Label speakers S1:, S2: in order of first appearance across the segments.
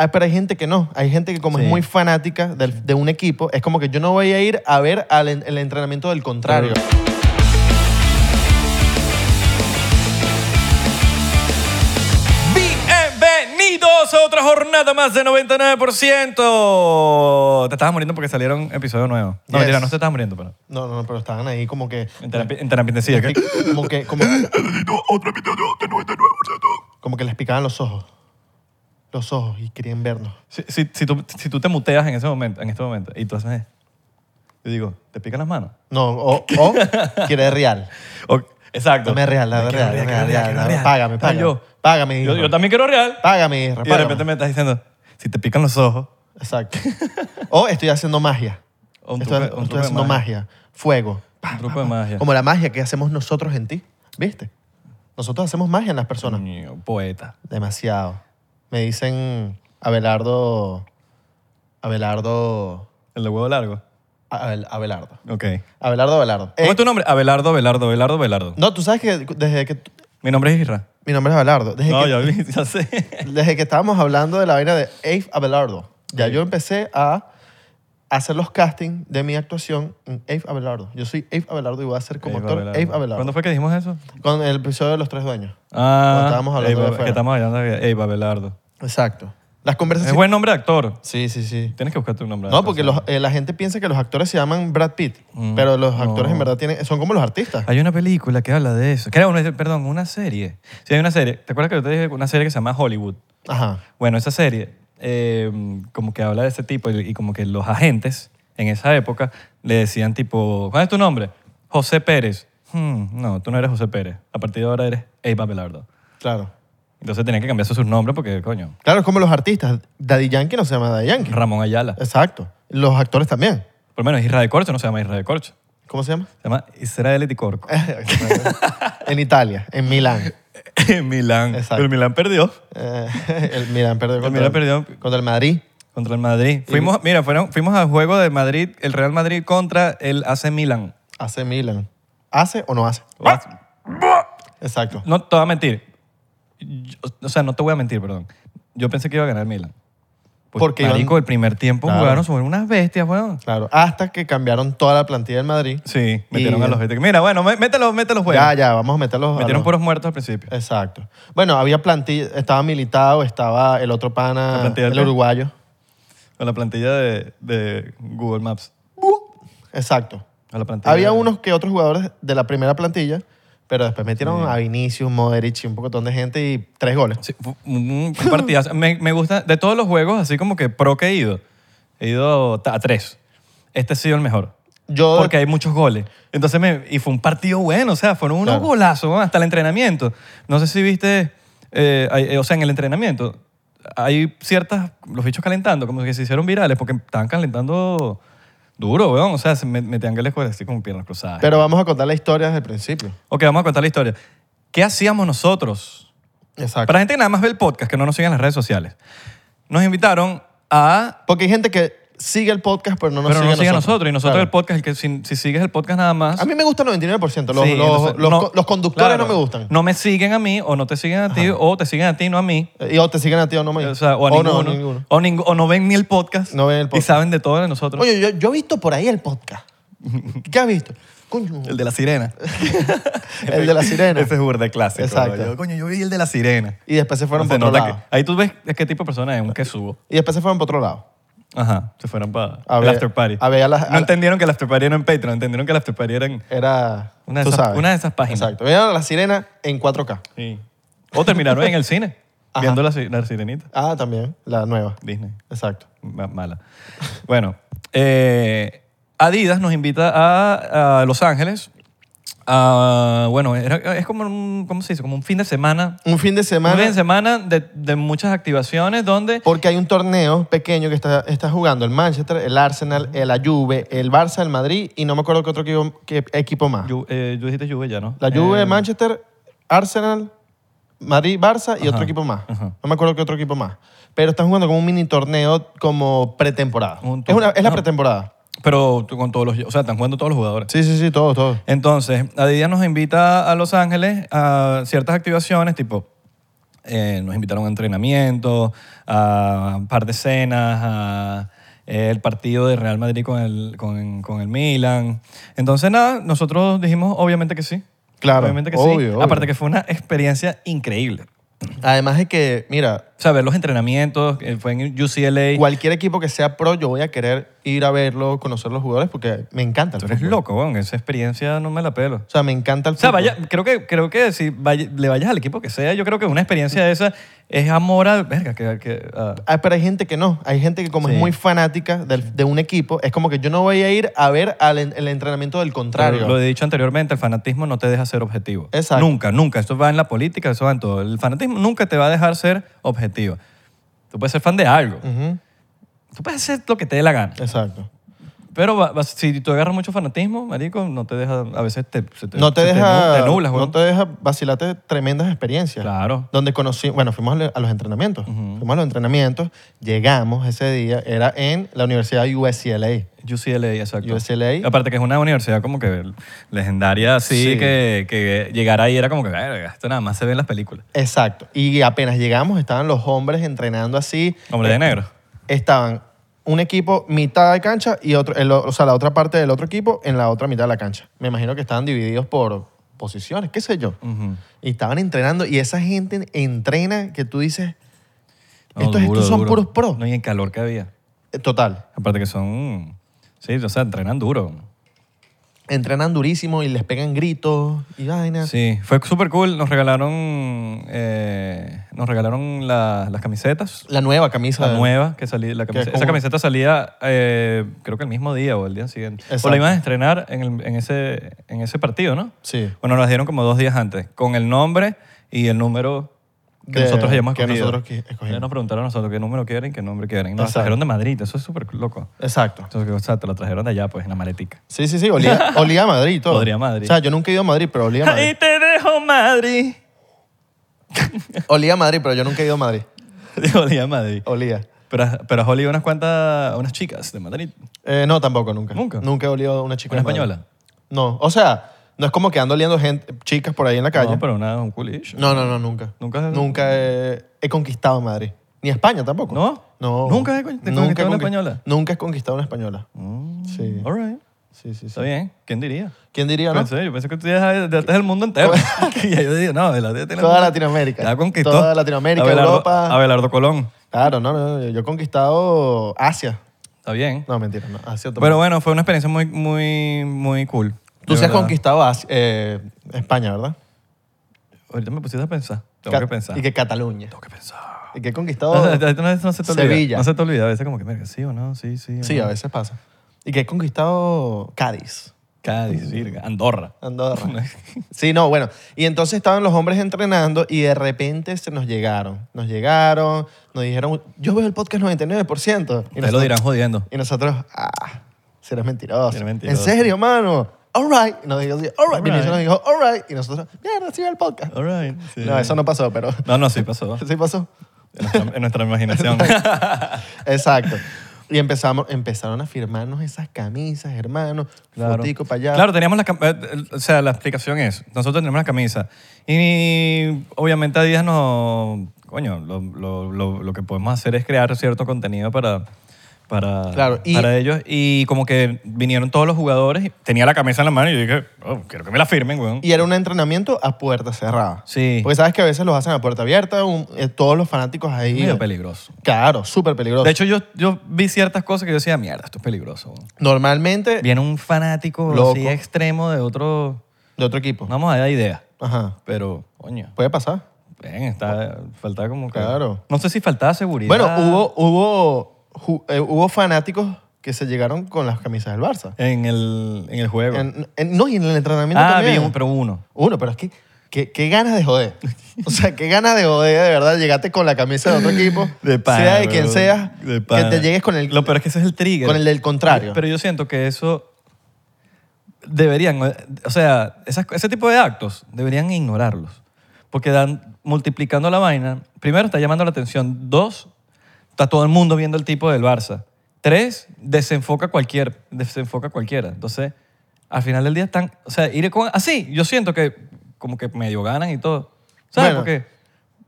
S1: Ah, Pero hay gente que no. Hay gente que como
S2: Sí.
S1: es muy fanática del- de un equipo, es como que yo no voy a ir a ver al en- el entrenamiento del contrario.
S2: Bienvenidos a otra jornada más de 99%. Te estabas muriendo porque salieron episodios nuevos. No,
S1: Yes.
S2: mentira, no te estabas muriendo, pero.
S1: No, no, no, pero estaban ahí como que...
S2: En terapia- En terapientecilla, ¿ok?
S1: Como que, como, como que les picaban los ojos. Los ojos y querían vernos.
S2: Si, si, si tú, si tú te muteas en ese momento, en este momento, y tú haces. Yo digo, ¿te pican las manos?
S1: No, o, o quiere real.
S2: O- exacto.
S1: Dame real, dame
S2: Quiero
S1: real, dame
S2: quiero
S1: real,
S2: quiero
S1: dame real. Págame,
S2: Entonces
S1: págame.
S2: Yo,
S1: Págame,
S2: yo,
S1: hijo.
S2: yo también quiero real.
S1: Págame, Isra,
S2: Y de
S1: págame.
S2: repente me estás diciendo, si te pican los ojos,
S1: Exacto. O estoy haciendo magia.
S2: O un
S1: estoy
S2: truco- un
S1: estoy
S2: truco de
S1: haciendo magia. Fuego. Pa,
S2: un
S1: pa,
S2: truco de
S1: pa.
S2: magia.
S1: Como la magia que hacemos nosotros en ti. ¿Viste? Nosotros hacemos magia en las personas.
S2: Coño, poeta.
S1: Demasiado. Me dicen Abelardo. Abelardo.
S2: El de huevo largo.
S1: Abel- Abelardo.
S2: Ok.
S1: Abelardo, Abelardo. Eh,
S2: ¿Cómo es tu nombre? Abelardo, Abelardo, Abelardo, Abelardo.
S1: no, tú sabes que desde que. tú-
S2: Mi nombre es Isra.
S1: Mi nombre es Abelardo. Desde,
S2: No,
S1: que,
S2: ya, vi, ya sé.
S1: desde que estábamos hablando de la vaina de Abe Abelardo, ya yo empecé a hacer los castings de mi actuación en Abe Abelardo. Yo soy Abe Abelardo y voy a ser como
S2: Abe
S1: actor Abe
S2: ¿Cuándo
S1: Abelardo.
S2: fue que dijimos eso?
S1: Con el episodio de Los Tres Dueños.
S2: Ah,
S1: estábamos hablando
S2: Abe-
S1: de
S2: que
S1: afuera.
S2: estamos hablando de Abe Abelardo.
S1: Exacto. Las
S2: Es
S1: conversaciones.
S2: buen nombre de actor.
S1: Sí, sí, sí.
S2: Tienes que buscarte un nombre. de
S1: No,
S2: actor,
S1: porque
S2: sí.
S1: los- eh, la gente piensa que los actores se llaman Brad Pitt,
S2: Mm,
S1: pero los actores en verdad tienen, son como los artistas.
S2: Hay una película que habla de eso. Que era una- perdón, una serie. Sí, hay una serie. ¿Te acuerdas que yo te dije una serie que se llama Hollywood?
S1: Ajá.
S2: Bueno, esa serie eh, como que habla de ese tipo y, y como que los agentes en esa época le decían tipo, ¿cuál es tu nombre? José Pérez. "Hmm, no, tú no eres José Pérez. A partir de ahora eres Abe Abelardo.
S1: Claro.
S2: Entonces tenían que cambiarse sus nombres porque, coño,
S1: Claro, es como los artistas. Daddy Yankee no se llama Daddy Yankee.
S2: Ramón Ayala. Por
S1: Exacto. Los actores también.
S2: lo menos Israel Corcho no se llama Israel Corcho.
S1: ¿Cómo se llama?
S2: Se llama Israel Corcho.
S1: en Italia, en Milán.
S2: Milán.
S1: Exacto.
S2: Pero Milán perdió
S1: Eh, el Milán perdió contra,
S2: Milán perdió.
S1: contra el Madrid.
S2: contra el Madrid. Fuimos, mira, fueron, fuimos al juego de Madrid, el Real Madrid contra el AC Milán.
S1: Hace Milán. ¿Hace o no hace?
S2: O AC
S1: Exacto.
S2: Ah, No te voy a mentir. Yo- o sea, no te voy a mentir, perdón. Yo pensé que iba a ganar Milan. Pues,
S1: Porque iban-
S2: marico, el primer tiempo
S1: Claro.
S2: jugaron sobre unas bestias, weón.
S1: Claro. Hasta que cambiaron toda la plantilla del Madrid.
S2: Sí, metieron
S1: Y-
S2: a los bestias. Mira, bueno, mé- mételos, mételos, weón.
S1: Ya, ya, vamos a meterlos. a
S2: Metieron
S1: los-
S2: puros muertos al principio.
S1: Exacto. Bueno, había plantilla, estaba militado, estaba el otro
S2: ¿La
S1: pana,
S2: plantilla del
S1: el
S2: qué?
S1: uruguayo.
S2: A la plantilla de, de Google Maps.
S1: Exacto.
S2: A la plantilla
S1: Había
S2: de-
S1: unos que otros jugadores de la primera plantilla, pero después metieron a Vinicius, Modric y un poco de gente y tres goles.
S2: Sí, fu- un, un partidazo. me, me gusta, de todos los juegos, así como que pro que he ido, he ido ta- a tres. Este ha sido el mejor.
S1: Yo,
S2: Porque hay muchos goles. Entonces, me, y fue un partido bueno, o sea, fueron unos
S1: Claro.
S2: golazos, ¿no? hasta el entrenamiento. No sé si viste, eh, hay- eh, o sea, en el entrenamiento hay ciertas, los bichos calentando, como que se hicieron virales porque estaban calentando duro, weón. O sea, se me- metían goles con- así como piernas cruzadas.
S1: pero vamos a contar la historia desde el principio.
S2: ok, vamos a contar la historia. ¿Qué hacíamos nosotros?
S1: Exacto.
S2: Para la gente que nada más ve el podcast, que no nos sigue en las redes sociales, nos invitaron a...
S1: Porque hay gente que sigue el podcast, pero no nos
S2: pero
S1: sigue,
S2: no nos sigue a nosotros. Y nosotros
S1: Claro.
S2: el podcast, el que si, si sigues el podcast nada más...
S1: A mí me gusta el 99%. Los,
S2: Sí,
S1: los,
S2: entonces,
S1: los-
S2: no-
S1: los conductores
S2: claro,
S1: no me gustan.
S2: No me siguen a mí, o no te siguen a ti, o te siguen a ti, no a mí.
S1: Y o te siguen a ti o no me
S2: O, sea, o a
S1: no,
S2: ninguno.
S1: ninguno.
S2: O, ningu- o no ven ni el podcast.
S1: No ven el podcast.
S2: Y saben de todo de nosotros.
S1: Oye, yo, yo he visto por ahí el podcast. ¿Qué has visto? Coño,
S2: el de la sirena.
S1: el de la sirena.
S2: Ese es burde clásico.
S1: Exacto.
S2: Yo, coño, yo vi el de la sirena.
S1: Y después se fueron
S2: Se
S1: por otro
S2: nota
S1: lado.
S2: que- ahí tú ves qué tipo de persona es, un que subo.
S1: Y después se fueron por otro lado.
S2: Ajá, se fueron para
S1: A
S2: el
S1: ver-
S2: after party.
S1: a ver a las- a
S2: no
S1: la-
S2: entendieron que el after party era en Patreon, entendieron que el after party era en...
S1: Era.
S2: Una de
S1: tú
S2: esas-
S1: sabes.
S2: una de esas páginas.
S1: Exacto. Vean a la sirena en 4K.
S2: Sí. O terminaron en el cine,
S1: Ajá.
S2: viendo la, si- la sirenita.
S1: Ah, también. La nueva.
S2: Disney.
S1: Exacto.
S2: Ma- Mala. Bueno, eh, Adidas nos invita a, a Los Ángeles. a- bueno, era- es como un, ¿cómo se dice? Como un fin de semana.
S1: Un fin de semana.
S2: Un fin de semana de, de muchas activaciones donde...
S1: Porque hay un torneo pequeño que está, está jugando el Manchester, el Arsenal, el Juve, el Barça, el Madrid y no me acuerdo qué otro equipo, qué equipo más.
S2: Yo eh, dijiste Juve ya, ¿no?
S1: Oh. La Juve,
S2: Eh,
S1: Manchester, Arsenal, Madrid, Barça y
S2: Ajá,
S1: otro equipo más.
S2: ajá.
S1: No me acuerdo qué otro equipo más. Pero están jugando como un mini torneo como pretemporada.
S2: Un
S1: es, una- es la
S2: torneo.
S1: pretemporada.
S2: Pero tú con todos los... O sea, están jugando todos los jugadores.
S1: Sí, sí, sí, todo, todo.
S2: Entonces, Adidas nos invita a Los Ángeles a ciertas activaciones, tipo eh, nos invitaron a entrenamiento, a un par de cenas, a eh, el partido de Real Madrid con el, con, con el Milan. Entonces, nada, nosotros dijimos obviamente que sí.
S1: Claro,
S2: Obviamente que sí.
S1: obvio, obvio.
S2: Aparte que fue una experiencia increíble.
S1: Además es que, mira,
S2: O sea, ver los entrenamientos, eh, fue en UCLA.
S1: cualquier equipo que sea pro, yo voy a querer ir a verlo, conocer los jugadores, porque me encanta el
S2: Tú eres
S1: fútbol.
S2: loco, weón. Esa experiencia no me la pelo.
S1: O sea, me encanta el
S2: O sea,
S1: fútbol.
S2: vaya, creo que, creo que si vaya- le vayas al equipo que sea, yo creo que una experiencia de esa es amor al... Verga, que... que- a-
S1: Ah, pero hay gente que no. Hay gente que como
S2: Sí.
S1: es muy fanática del- de, un equipo, es como que yo no voy a ir a ver al en- el entrenamiento del contrario.
S2: Lo he dicho anteriormente, el fanatismo no te deja ser objetivo.
S1: Exacto.
S2: Nunca, nunca. Esto va en la política, eso va en todo. El fanatismo nunca te va a dejar ser objetivo. Tú puedes ser fan de algo.
S1: Ujú,
S2: Tú puedes ser lo que te dé la gana.
S1: Exacto.
S2: Pero va- va- si tú agarras mucho fanatismo, marico, no te deja... A veces te... se
S1: No te
S2: se
S1: deja,
S2: nu- te nublas,
S1: no
S2: weón.
S1: te deja vacilarte tremendas experiencias.
S2: Claro.
S1: Donde conocí, bueno, fuimos a le- a los entrenamientos. Fuimos a los entrenamientos, llegamos ese día, era en la Universidad USCLA.
S2: UCLA, exacto.
S1: UCLA.
S2: Aparte que es una universidad como que legendaria, así,
S1: Sí.
S2: que, que llegar ahí era como que, "Verga, esto nada más se ve en las películas.
S1: Exacto. Y apenas llegamos, estaban los hombres entrenando así.
S2: Hombre de negro.
S1: eh, Estaban un equipo mitad de cancha y otro, el o- o sea, la otra parte del otro equipo en la otra mitad de la cancha. Me imagino que estaban divididos por posiciones, qué sé yo.
S2: Ujú.
S1: Y estaban entrenando y esa gente entrena que tú dices,
S2: No,
S1: estos,
S2: duro,
S1: estos son
S2: duro.
S1: puros pros.
S2: No, y el calor que había.
S1: Eh, Total.
S2: Aparte que son, sí, o sea, entrenan duro.
S1: Entrenan durísimo y les pegan gritos y vainas.
S2: Sí, fue súper cool. Nos regalaron, eh, nos regalaron la- las camisetas.
S1: La nueva camisa.
S2: La nueva que salía, la camiseta-
S1: es
S2: esa
S1: como-
S2: camiseta salía eh, creo que el mismo día o el día siguiente. O
S1: Exacto.
S2: la iban a estrenar en, el- en ese, en ese partido, ¿no?
S1: Sí.
S2: Bueno, nos las dieron como dos días antes, con el nombre y el número que
S1: De-
S2: nosotros hayamos
S1: que
S2: escogido.
S1: nosotros que- escogimos.
S2: Ellos nos preguntaron a nosotros qué número quieren, qué nombre quieren. Y Nos las
S1: Exacto.
S2: trajeron de Madrid, eso es súper loco.
S1: Exacto.
S2: Entonces, o sea, te lo trajeron de allá, pues, en la maletica.
S1: Sí, sí, sí. Olía, olía a Madrid y todo.
S2: Olía a Madrid.
S1: O sea, yo nunca he ido a Madrid, pero olía a Madrid.
S2: Ahí te dejo Madrid.
S1: Olía a Madrid, pero yo nunca he ido a Madrid.
S2: Digo, olía a Madrid.
S1: Olía.
S2: Pero, pero has olido unas cuantas, unas chicas de Madrid.
S1: Eh, no, tampoco, nunca.
S2: ¿Nunca?
S1: Nunca he olido a una chica.
S2: ¿Una
S1: en Madrid.
S2: española?
S1: No. O sea, no es como que ando oliendo gente, chicas por ahí en la calle.
S2: No, pero una, un culillo.
S1: No, no, no, nunca.
S2: Nunca has-
S1: Nunca he, he conquistado Madrid. Ni España tampoco.
S2: ¿No?
S1: No.
S2: ¿Nunca has con- te conquistado
S1: he
S2: una
S1: conqui-
S2: española?
S1: Nunca he conquistado una española.
S2: Mm,
S1: Sí.
S2: all right.
S1: Sí, sí, sí.
S2: Está bien. ¿Quién diría?
S1: ¿Quién diría, no?
S2: Pensé, yo pensé que tú ya es el mundo entero. y yo digo, no, Abelardo ya tiene el
S1: Toda
S2: mundo.
S1: Latinoamérica.
S2: Ya conquistó.
S1: Toda Latinoamérica, Europa.
S2: Abelardo Colón.
S1: Claro, no, no, yo he conquistado Asia.
S2: Está bien.
S1: No, mentira, no, Asia tampoco.
S2: Pero bueno, fue una experiencia muy, muy, muy cool.
S1: Tú
S2: De
S1: sí has
S2: verdad.
S1: conquistado Asia- eh, España, ¿verdad?
S2: Ahorita me pusiste a pensar. Tengo
S1: Ca-
S2: que pensar.
S1: Y que Cataluña.
S2: Tengo que pensar.
S1: Y que he
S2: No,
S1: conquistado...
S2: no, no se te olvida.
S1: Sevilla.
S2: No se te olvida. A veces como que, verga, sí o no, sí, sí. o
S1: Sí,
S2: no.
S1: a veces pasa. Y que he conquistado Cádiz,
S2: Cádiz, virga, Andorra.
S1: Andorra. sí, no, bueno. Y entonces estaban los hombres entrenando y de repente se nos llegaron. Nos llegaron, nos dijeron, yo veo el podcast 99%. Y
S2: Te lo
S1: nosotros,
S2: dirán jodiendo.
S1: Y nosotros, ah, serás mentiroso.
S2: Eres mentiroso.
S1: En serio, mano. All right. Y nos dijo, así, all right.
S2: All
S1: Vinicio
S2: right.
S1: nos dijo, all right. Y nosotros, mierda, sí veo el podcast.
S2: All right. sí.
S1: No, eso no pasó, pero
S2: No, no, sí pasó.
S1: sí pasó.
S2: En nuestra, en nuestra imaginación.
S1: Exacto. Y empezamos, empezaron a firmarnos esas camisas, hermano. Fotico para allá.
S2: Claro, teníamos la cam- eh, eh, O sea, la explicación es, nosotros tenemos la camisa y obviamente Adidas no... Coño, lo, lo- lo- lo que podemos hacer es crear cierto contenido para, para,
S1: Claro, y-
S2: para ellos. Y como que vinieron todos los jugadores, y tenía la camisa en la mano y yo dije, "Oh, quiero que me la firmen, weón.
S1: Y era un entrenamiento a puerta cerrada.
S2: Sí.
S1: Porque sabes que a veces los hacen a puerta abierta, un- eh, todos los fanáticos ahí.
S2: medio peligroso.
S1: Claro, súper peligroso.
S2: De hecho, yo, yo vi ciertas cosas que yo decía, mierda, esto es peligroso. weón".
S1: Normalmente
S2: Viene un fanático
S1: Loco. Oh.
S2: así extremo de otro...
S1: de otro equipo.
S2: No vamos a dar idea,
S1: Ajá.
S2: pero, coño,
S1: Puede pasar.
S2: ven, está, faltaba como que...
S1: Claro.
S2: No sé si faltaba seguridad.
S1: Bueno, hubo, hubo, ju- eh, hubo fanáticos que se llegaron con las camisas del Barça.
S2: En el, en el juego.
S1: En- en- no, y en el entrenamiento
S2: ah,
S1: también.
S2: vi un- pero uno.
S1: Uno, pero es que qué, qué ganas de joder. O sea, qué ganas de joder, de verdad, llegaste con la camisa de otro equipo,
S2: pana,
S1: sea de
S2: weón.
S1: quien sea,
S2: De
S1: que
S2: pana.
S1: te llegues con el,
S2: Lo peor es que ese es el trigger.
S1: con el del contrario.
S2: Pero yo siento que eso deberían, o sea, esas- ese tipo de actos deberían ignorarlos. Porque dan, multiplicando la vaina, primero está llamando la atención, dos, está todo el mundo viendo el tipo del Barça, tres, desenfoca cualquier, desenfoca cualquiera. Entonces, al final del día están, o sea, ir con, así, yo siento que como que medio ganan y todo. ¿Sabes?
S1: Bueno.
S2: Porque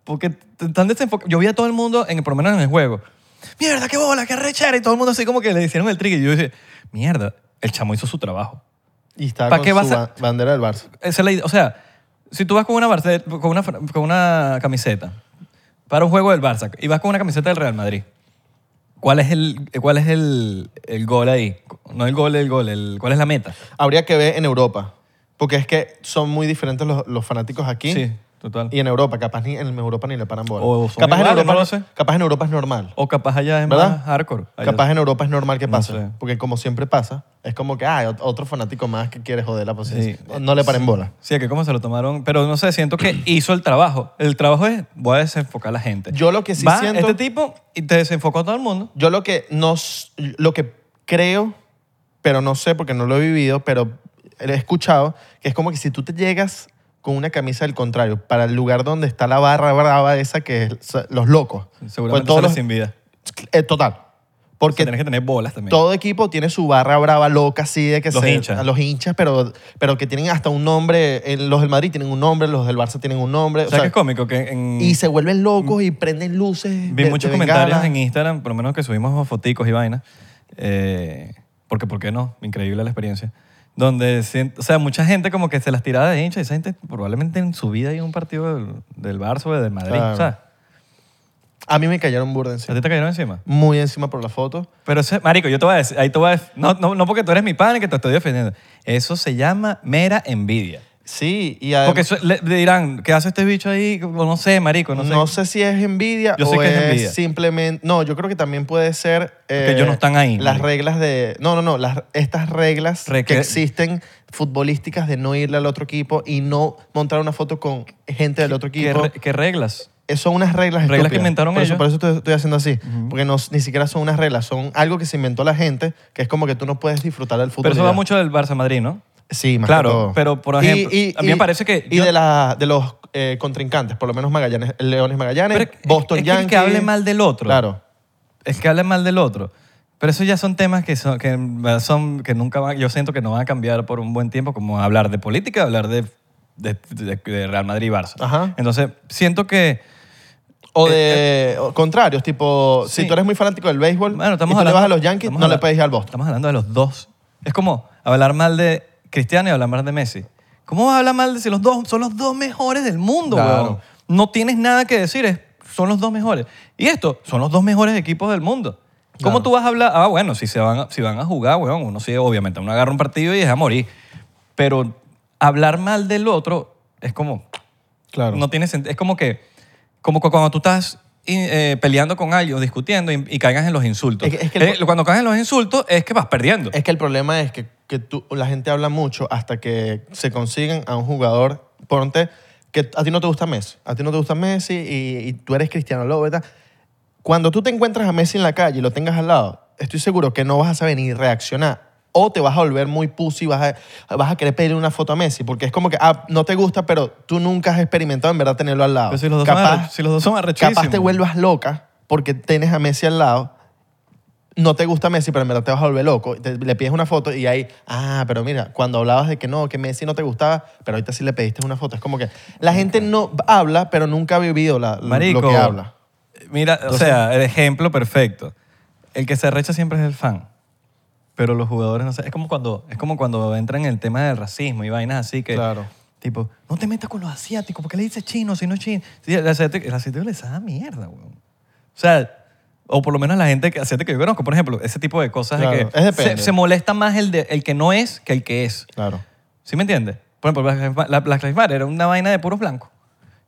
S2: Porque t- tan desenfocado. Yo vi a todo el mundo, en, por lo menos en el juego. Mierda, qué bola, qué rechera. Y todo el mundo así como que le hicieron el trigger. Y yo dije, mierda, el chamo hizo su trabajo.
S1: Y estaba
S2: ¿Pa
S1: con
S2: qué
S1: su
S2: vas a-
S1: ba- bandera del Barça.
S2: Esa es la idea. O sea, si tú vas con una, Barce- con una, fra- con una camiseta para un juego del Barça y vas con una camiseta del Real Madrid, ¿cuál es el, cuál es el, el gol ahí? No el gol, el gol, el, ¿cuál es la meta?
S1: Habría que ver en Europa, porque es que son muy diferentes los, los fanáticos aquí
S2: Sí, total.
S1: y en Europa. Capaz ni en Europa ni le paran bola.
S2: O son
S1: capaz,
S2: iguales,
S1: en Europa,
S2: no lo sé.
S1: capaz en Europa es normal.
S2: O capaz allá es
S1: ¿Verdad?
S2: más hardcore. Allá-
S1: Capaz en Europa es normal que
S2: No
S1: pase,
S2: sé.
S1: porque como siempre pasa, es como que hay otro fanático más que quiere joder la posición.
S2: Sí.
S1: No le paren bola.
S2: Sí, que cómo se lo tomaron. Pero no sé, siento que hizo el trabajo. El trabajo es, voy a desenfocar a la gente.
S1: Yo lo que sí
S2: Va
S1: siento-
S2: este tipo y te desenfocó a todo el mundo.
S1: Yo lo que no s- lo que creo, pero no sé porque no lo he vivido, pero he escuchado que es como que si tú te llegas con una camisa del contrario para el lugar donde está la barra brava esa que es sa- los locos.
S2: Seguramente
S1: Pues todos
S2: sale
S1: los-
S2: sin vida.
S1: eh, total.
S2: O sea,
S1: Porque
S2: tienes que tener bolas también.
S1: todo equipo tiene su barra brava loca así de que
S2: Los
S1: se-
S2: hinchas.
S1: a los hinchas, pero, pero que tienen hasta un nombre. En- Los del Madrid tienen un nombre, los del Barça tienen un nombre. o
S2: ¿Sabes
S1: sea,
S2: qué es cómico? Que en,
S1: y se vuelven locos y prenden luces.
S2: vi
S1: de- de
S2: muchos comentarios
S1: bengalas.
S2: en Instagram, por lo menos que subimos foticos y vainas. eh, porque, ¿por qué no? Increíble la experiencia. Donde, sient- o sea, mucha gente como que se las tiraba de hincha. Esa gente probablemente en su vida hay un partido del, del Barça o del Madrid.
S1: Claro.
S2: O sea,
S1: A mí me cayeron burda
S2: ¿a
S1: encima.
S2: ti te cayeron encima?
S1: Muy encima por la foto.
S2: Pero, ese- marico, yo te voy a decir, ahí te voy a def- no, no, no porque tú eres mi padre que te estoy defendiendo. Eso se llama mera envidia.
S1: Sí, y además,
S2: Porque eso- le, le dirán, ¿qué hace este bicho ahí? O No sé, marico, no sé.
S1: no sé si es envidia
S2: Yo
S1: o
S2: sé que es
S1: es,
S2: envidia.
S1: simplemente... No, yo creo que también puede ser... eh,
S2: ellos no están ahí,
S1: Las
S2: marico.
S1: reglas de... No, no, no. Las, estas reglas
S2: Re-
S1: que
S2: que-
S1: existen futbolísticas de no irle al otro equipo y no montar una foto con gente del otro
S2: ¿Qué,
S1: equipo.
S2: re- qué reglas?
S1: Eh, son unas reglas
S2: Reglas que
S1: estúpidas.
S2: inventaron
S1: por eso,
S2: ellos.
S1: Por eso estoy, estoy haciendo así. Porque no, ni siquiera son unas reglas. Son algo que se inventó la gente que es como que tú no puedes disfrutar del fútbol.
S2: Pero eso
S1: y
S2: va
S1: ya.
S2: mucho del Barça-Madrid, ¿no?
S1: Sí, más
S2: Claro,
S1: que todo.
S2: pero, por
S1: Y-
S2: ejemplo, a mí me parece que
S1: Y
S2: yo-
S1: de, la- de los eh, contrincantes, por lo menos Magallanes, Leones Magallanes,
S2: Pero es-
S1: Boston
S2: es que el que
S1: Yankees.
S2: hable mal del otro.
S1: Claro.
S2: Es que hablan mal del otro. Pero eso ya son temas que, son, que, son, que nunca van, yo siento que no van a cambiar por un buen tiempo, como hablar de política, hablar de, de- de- de Real Madrid y Barça.
S1: Ajá.
S2: Entonces, siento que...
S1: O de o contrarios, tipo, si
S2: Eh, sí.
S1: tú eres muy fanático del béisbol
S2: Bueno, estamos
S1: y tú
S2: hablando,
S1: le vas a los Yankees, no
S2: estamos
S1: le
S2: habla-
S1: puedes ir al Boston.
S2: Estamos hablando de los dos. Es como hablar mal de Cristiano y hablar mal de Messi. ¿Cómo vas a hablar mal de si los dos son los dos mejores del mundo,
S1: Claro.
S2: weón? No tienes nada que decir, es- son los dos mejores. Y esto, son los dos mejores equipos del mundo. ¿Cómo
S1: Claro.
S2: tú vas a hablar? Ah, bueno, si, se van, a- si van a jugar, weón, uno sí, obviamente, uno agarra un partido y es a morir. Pero hablar mal del otro es como,
S1: Claro.
S2: no tiene sentido. Es como que, como cu- cuando tú estás in- eh, peleando con alguien o discutiendo y, y caigas en los insultos.
S1: Es que- es que el
S2: Eh, cuando caigas en los insultos es que vas perdiendo.
S1: Es que el problema es que, que tú- la gente habla mucho hasta que se consiguen a un jugador. Ponte que a ti no te gusta Messi. A ti no te gusta Messi y, y tú eres cristiano, lo ¿verdad? Cuando tú te encuentras a Messi en la calle y lo tengas al lado, estoy seguro que no vas a saber ni reaccionar. O te vas a volver muy pussy, vas a, vas a querer pedirle una foto a Messi. Porque es como que, ah, no te gusta, pero tú nunca has experimentado en verdad tenerlo al lado.
S2: Pero si los dos son
S1: Capaz-
S2: arre- si los dos son arrechísimos.
S1: Capaz te vuelvas loca porque tienes a Messi al lado. No te gusta Messi, pero en verdad te vas a volver loco. Te- le pides una foto y ahí, ah, pero mira, cuando hablabas de que no, que Messi no te gustaba, pero ahorita sí le pediste una foto. Es como que la gente no habla, pero nunca ha vivido la, lo-
S2: Marico,
S1: lo que habla.
S2: Mira, o sea, el ejemplo perfecto. El que se arrecha siempre es el fan. Pero los jugadores no sé. Es como cuando, es como cuando entran en el tema del racismo y vainas así que.
S1: Claro.
S2: Tipo, no te metas con los asiáticos, ¿por qué le dices chino si no es chino? Sí, el asiático, el asiático les da mierda, weón. O sea, o por lo menos la gente que, asiática que yo conozco, por ejemplo, ese tipo de cosas de
S1: Claro,
S2: que
S1: es
S2: se,
S1: depende.
S2: se molesta más el, de, el que no es que el que es.
S1: Claro.
S2: ¿Sí me entiendes? Por ejemplo, Black Lives Ma- la Black Lives Matter era una vaina de puros blancos.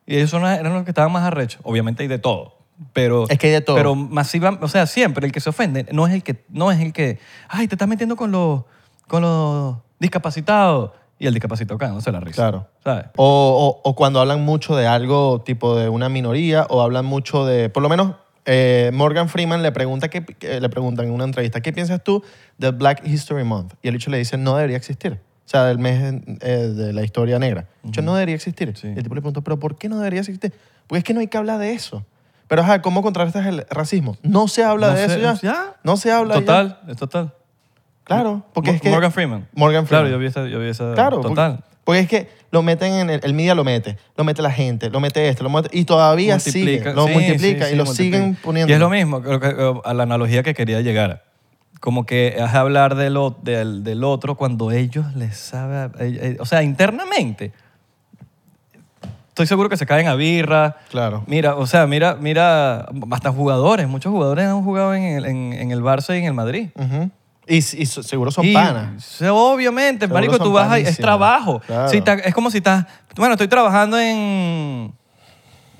S2: Y ellos son- eran los que estaban más arrechos. Obviamente hay de todo. Pero,
S1: Es que hay de todo.
S2: Pero masiva, o sea, siempre el que se ofende no es el que, no es el que, ay, te estás metiendo con los, con los discapacitados. Y el discapacitado cagándose la risa.
S1: Claro.
S2: ¿Sabes?
S1: O, o- o cuando hablan mucho de algo tipo de una minoría o hablan mucho de, por lo menos eh, Morgan Freeman le pregunta que, que le preguntan en una entrevista, ¿qué piensas tú de Black History Month? Y el hecho le dice, no debería existir. O sea, del mes eh, de la historia negra. Yo no debería existir.
S2: Sí.
S1: Y el tipo le preguntó, ¿pero por qué no debería existir? Porque es que no hay que hablar de eso. Pero, ajá, ¿cómo contrastas el racismo? No se habla
S2: No
S1: de
S2: se-
S1: eso ya.
S2: ya.
S1: No se habla ya.
S2: Total, es total.
S1: Claro, porque
S2: Mo-
S1: es que...
S2: Morgan Freeman.
S1: Morgan Freeman.
S2: Claro, yo vi esa. Yo vi esa
S1: Claro,
S2: total.
S1: Porque, porque es que lo meten en el, el media, lo mete, lo mete la gente, lo mete este, lo mete, y todavía sigue,
S2: Multiplica-
S1: lo
S2: sí,
S1: multiplica
S2: sí,
S1: y
S2: sí,
S1: lo
S2: multiplica.
S1: siguen poniendo.
S2: Y es lo mismo creo que, eh, a la analogía que quería llegar. Como que es hablar del, o- del, del otro cuando ellos les sabe. a- eh, eh, O sea, internamente. Estoy seguro que se caen a birra.
S1: Claro.
S2: Mira, o sea, mira, mira, hasta jugadores. Muchos jugadores han jugado en el, en- en el Barça y en el Madrid.
S1: Ujú. y, y so- seguro son
S2: Y,
S1: panas.
S2: sí, Obviamente,
S1: Seguro
S2: marico,
S1: son
S2: tú vas ahí, es
S1: panísimos.
S2: trabajo.
S1: Claro.
S2: Si ta- es como si estás, bueno, estoy trabajando en,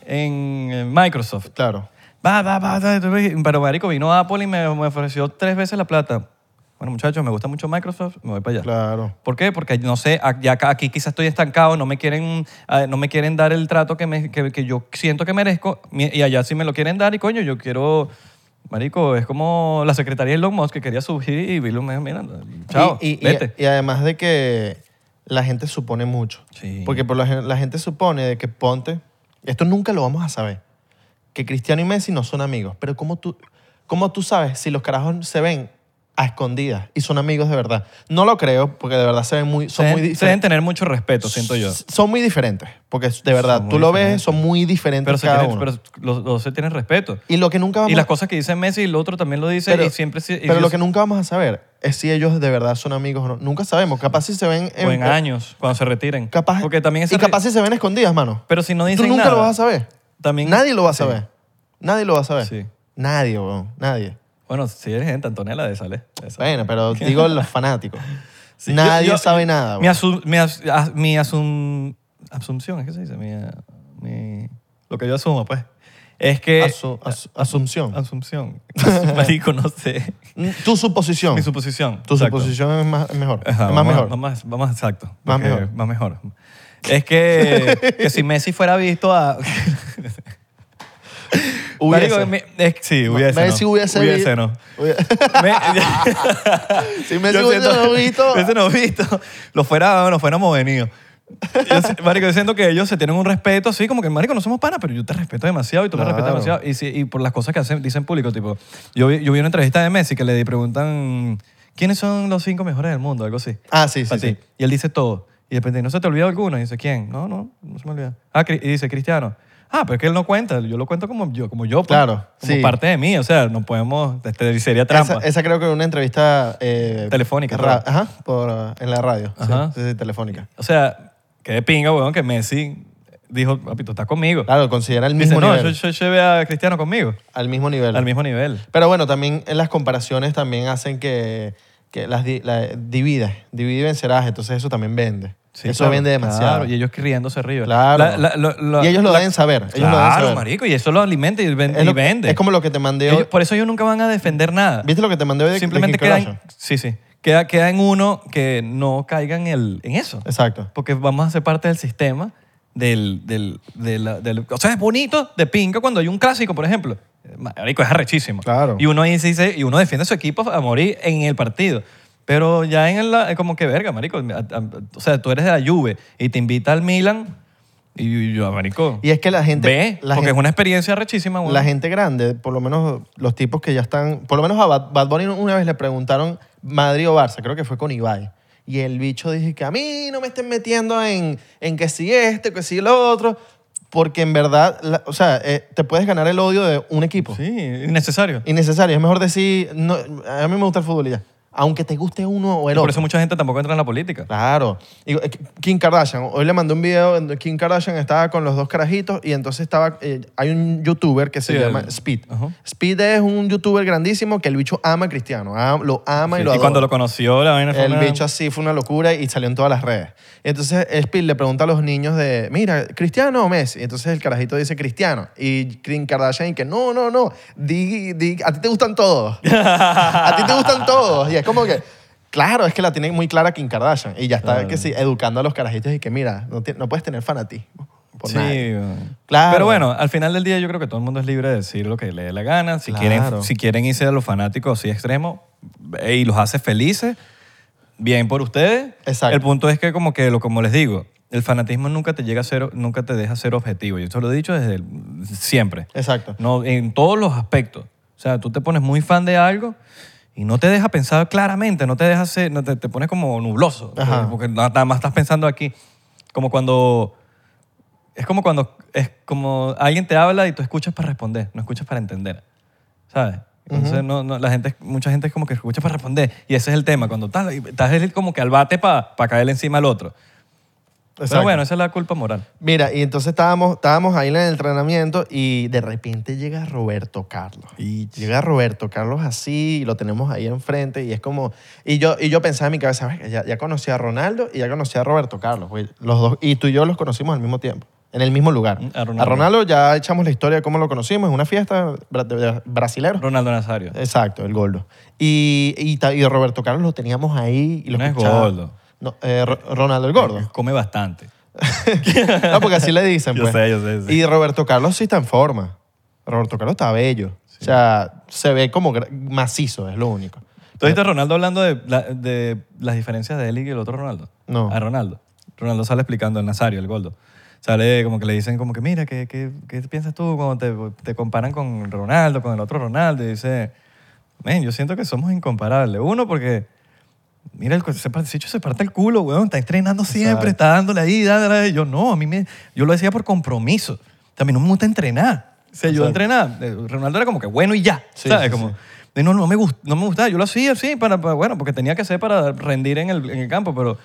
S2: en en Microsoft.
S1: Claro.
S2: Va, va, va, va, pero marico, vino Apple y me, me ofreció tres veces la plata. Bueno, muchachos, me gusta mucho Microsoft, me voy para allá.
S1: Claro.
S2: ¿Por qué? Porque no sé, ac- ya acá- aquí quizás estoy estancado, no me quieren, eh, no me quieren dar el trato que, me- que- que yo siento que merezco mi- y allá sí me lo quieren dar y coño, yo quiero... Marico, es como la secretaria de Elon Musk que quería subir y Bill Gates, mira, chao,
S1: Y, eh, y- y-
S2: vete.
S1: y además de que la gente supone mucho.
S2: Sí.
S1: Porque por la, gen- la gente supone de que ponte, esto nunca lo vamos a saber, que Cristiano y Messi no son amigos. Pero ¿cómo tú, cómo tú sabes si los carajos se ven a escondidas y son amigos de verdad? No lo creo, porque de verdad se ven muy, son
S2: se,
S1: muy
S2: deben- se deben
S1: diferentes.
S2: tener mucho respeto, siento yo.
S1: Son muy diferentes, porque de verdad,
S2: Son
S1: tú
S2: muy
S1: lo ves,
S2: diferentes.
S1: son muy diferentes
S2: Pero, se
S1: cada
S2: tienen-
S1: uno.
S2: pero los los dos se tienen respeto.
S1: y lo que nunca vamos
S2: Y las cosas que dice Messi, el otro también lo dice
S1: Pero-
S2: y siempre... si- y
S1: pero lo
S2: ellos-
S1: que nunca vamos a saber es si ellos de verdad son amigos o no. Nunca sabemos. Capaz si se ven
S2: o en años, cuando se retiren.
S1: Em, eh, Capaz,
S2: Porque también ese
S1: y
S2: re-
S1: capaz si se ven escondidas, mano.
S2: Pero si no
S1: Tú
S2: dicen
S1: nunca
S2: nada,
S1: lo vas a saber.
S2: También,
S1: Nadie lo va a
S2: Sí.
S1: saber. Nadie lo va a saber.
S2: Sí.
S1: Nadie, weón. Nadie.
S2: Bueno, si eres gente, Antonella de Sale. de Sale.
S1: Bueno, pero digo los fanáticos.
S2: Sí,
S1: Nadie
S2: yo- eh, yo-
S1: sabe nada,
S2: Mi,
S1: weón.
S2: asu- mi as- as- mi asum- asunción, ¿es que se dice? Mi, eh, mi- lo que yo asumo, pues, es que...
S1: Asu- as- asunción. Mm,
S2: asunción. Marico, no sé.
S1: tu suposición.
S2: Mi suposición.
S1: tu
S2: exacto.
S1: suposición es más es mejor.
S2: Ajá,
S1: es más
S2: vamos,
S1: mejor.
S2: Vamos, vamos, exacto.
S1: Más
S2: porque
S1: mejor.
S2: Más mejor. Es que, que si Messi fuera visto a...
S1: Hubiese.
S2: Marico, mi- es- sí, hubiese.
S1: Messi
S2: no.
S1: hubiese vi-
S2: no.
S1: Hubiese-
S2: Me-
S1: si Messi
S2: Yo
S1: hubiese
S2: siento-
S1: visto-
S2: hubiese no visto. Lo fuera, nos fuéramos venidos. Yo, sé- marico, yo siento que ellos se tienen un respeto así, como que, marico, no somos panas, pero yo te respeto demasiado y tú me
S1: Claro.
S2: respetas demasiado. Y, si- y por las cosas que hacen, dicen público, tipo, yo vi, yo vi una entrevista de Messi que le preguntan, ¿quiénes son los cinco mejores del mundo? Algo así.
S1: Ah, sí, sí,
S2: Pa' ti.
S1: sí.
S2: Y él dice todo. Y de repente, ¿no se te olvida alguno? Y dice, ¿quién? No, no, no se me olvida. Ah, Cri- y dice, Cristiano. Ah, pero es que él no cuenta, yo lo cuento como yo, como yo, pues,
S1: Claro,
S2: como
S1: sí.
S2: parte de mí, o sea, no podemos, este, sería trampa.
S1: Esa, esa creo que era una entrevista... eh,
S2: Telefónica,
S1: ra-
S2: creo.
S1: Ajá, por, eh, en la radio. Sí,
S2: Ajá.
S1: Sí, sí, telefónica.
S2: O sea, que de pinga, weón, que Messi dijo, papi, tú estás conmigo.
S1: Claro, considera el mismo
S2: Dice, no,
S1: nivel.
S2: yo, yo llevé a Cristiano conmigo,
S1: Al mismo nivel.
S2: al mismo nivel.
S1: Pero bueno, también eh, las comparaciones también hacen que, que las di- la- dividas, divide y vencerás, entonces eso también vende.
S2: Sí,
S1: eso
S2: claro,
S1: vende demasiado.
S2: claro, y ellos riéndose arriba.
S1: Claro.
S2: La- la- lo- lo-
S1: Y ellos lo
S2: la-
S1: deben saber, ellos lo
S2: claro,
S1: deben saber.
S2: marico, y eso lo alimenta y, ven-
S1: es,
S2: y
S1: lo-
S2: vende.
S1: es como lo que te mandé
S2: Ellos-
S1: hoy.
S2: por eso ellos nunca van a defender nada.
S1: ¿Viste lo que te mandé hoy de, de
S2: Simplemente
S1: Kim
S2: queda en,
S1: Kardashian?
S2: sí, sí, queda, queda en uno que no caiga en, el, en eso.
S1: Exacto.
S2: Porque vamos a ser parte del sistema del, del, de la- del- O sea, es bonito de pinga cuando hay un clásico, por ejemplo. Marico, es arrechísimo.
S1: Claro.
S2: Y uno, ahí se dice, y uno defiende a su equipo a morir en el partido. Pero ya en el... es Como que verga, marico. a- a- O sea, tú eres de la Juve y te invita al Milan y yo, marico...
S1: Y es que la gente...
S2: ve,
S1: la,
S2: porque
S1: gente
S2: es una experiencia arrechísima. weón.
S1: la gente grande, por lo menos los tipos que ya están... Por lo menos a Bad, Bad Bunny una vez le preguntaron Madrid o Barça, creo que fue con Ibai. Y el bicho dije que a mí no me estén metiendo en, en que si este, que si lo otro... Porque en verdad, la- o sea, eh, te puedes ganar el odio de un equipo.
S2: Sí, innecesario.
S1: innecesario. Es mejor decir, no, a mí me gusta el fútbol y ya. Aunque te guste uno o
S2: Y
S1: el
S2: por
S1: otro.
S2: eso mucha gente tampoco entra en la política.
S1: Claro. Y, eh, Kim Kardashian. Hoy le mandé un video donde Kim Kardashian estaba con los dos carajitos y entonces estaba... eh, hay un youtuber que se
S2: Sí,
S1: llama
S2: el-
S1: Speed.
S2: Ajá.
S1: Speed es un youtuber grandísimo que el bicho ama a Cristiano. am- lo ama
S2: Sí,
S1: y lo
S2: y
S1: adora.
S2: cuando lo conoció, la vaina fue
S1: El
S2: una-
S1: bicho así fue una locura y salió en todas las redes. Entonces Speed le pregunta a los niños de, mira, ¿Cristiano o Messi? Y Entonces el carajito dice Cristiano. Y Kim Kardashian y que, no, no, no, di- di- a ti te gustan todos. a ti te gustan todos. Y es como que, claro, es que la tiene muy clara Kim Kardashian. Y ya está,
S2: Claro.
S1: que sí, educando a los carajitos y que, mira, no, ti- no puedes tener fanatismo. Por
S2: Sí,
S1: nadie".
S2: weón.
S1: Claro.
S2: Pero bueno, al final del día yo creo que todo el mundo es libre de decir lo que le dé la gana. Si,
S1: Claro.
S2: quieren, si quieren irse a los fanáticos así extremos eh, y los hace felices, bien por ustedes.
S1: Exacto.
S2: El punto es que como que lo como les digo, el fanatismo nunca te llega a ser, nunca te deja ser objetivo. Yo eso lo he dicho desde el- siempre.
S1: Exacto.
S2: No, en todos los aspectos. O sea, tú te pones muy fan de algo y no te deja pensar claramente, no te deja ser, no te, te pones como nubloso, eh,
S1: Ajá.
S2: porque nada más estás pensando aquí. Como cuando... Es como cuando es como alguien te habla y tú escuchas para responder, no escuchas para entender. ¿Sabes? Entonces, no, no, la gente, mucha gente es como que escucha para responder. Y ese es el tema. Cuando estás, estás el- como que al bate para caerle encima al otro. Pero
S1: Exacto.
S2: bueno, esa es la culpa moral.
S1: Mira, y entonces estábamos, estábamos ahí en el entrenamiento y de repente llega Roberto Carlos.
S2: Y
S1: Llega Roberto Carlos así, y lo tenemos ahí enfrente y es como... Y yo, y yo pensaba en mi cabeza, "Verga, ya, ya conocí a Ronaldo y ya conocí a Roberto Carlos. güey". Los dos, y tú y yo los conocimos al mismo tiempo, en el mismo lugar.
S2: Mm,
S1: A
S2: a
S1: Ronaldo,
S2: Ronaldo.
S1: ya echamos la historia de cómo lo conocimos, en una fiesta bra- de- de- brasilero.
S2: Ronaldo Nazario.
S1: Exacto, el Goldo. Y, y, ta- y Roberto Carlos lo teníamos ahí y lo
S2: No es
S1: escuchaba.
S2: Goldo.
S1: No, eh, Ro- Ronaldo el Gordo.
S2: Come bastante.
S1: No, porque así le dicen.
S2: Yo
S1: pues.
S2: sé, yo sé, sí.
S1: Y Roberto Carlos sí está en forma. Roberto Carlos está bello. O sea, se ve como gra- macizo, es lo único.
S2: ¿Tú viste a Ronaldo hablando de, la- de las diferencias de él y el otro Ronaldo?
S1: No.
S2: A Ronaldo. Ronaldo sale explicando al Nazario, el gordo. Sale como que le dicen como que, mira, ¿qué, qué, qué piensas tú cuando te, te comparan con Ronaldo, con el otro Ronaldo? Y dice, men, yo siento que somos incomparables. Uno, porque, mira, el, co- se, par- ese bicho se parte el culo, weón. Está entrenando siempre,
S1: Exacto.
S2: está dándole ahí, dándole ahí. Yo no, a mí me, yo lo decía por compromiso. También no me gusta entrenar. O sea, yo
S1: Exacto.
S2: entrenaba, eh, Ronaldo era como que bueno y ya.
S1: Sí,
S2: ¿Sabes?
S1: sí,
S2: como,
S1: sí.
S2: y no, no me, gust- no me gustaba. Yo lo hacía así, para, para- bueno, porque tenía que hacer para rendir en el, en el campo, pero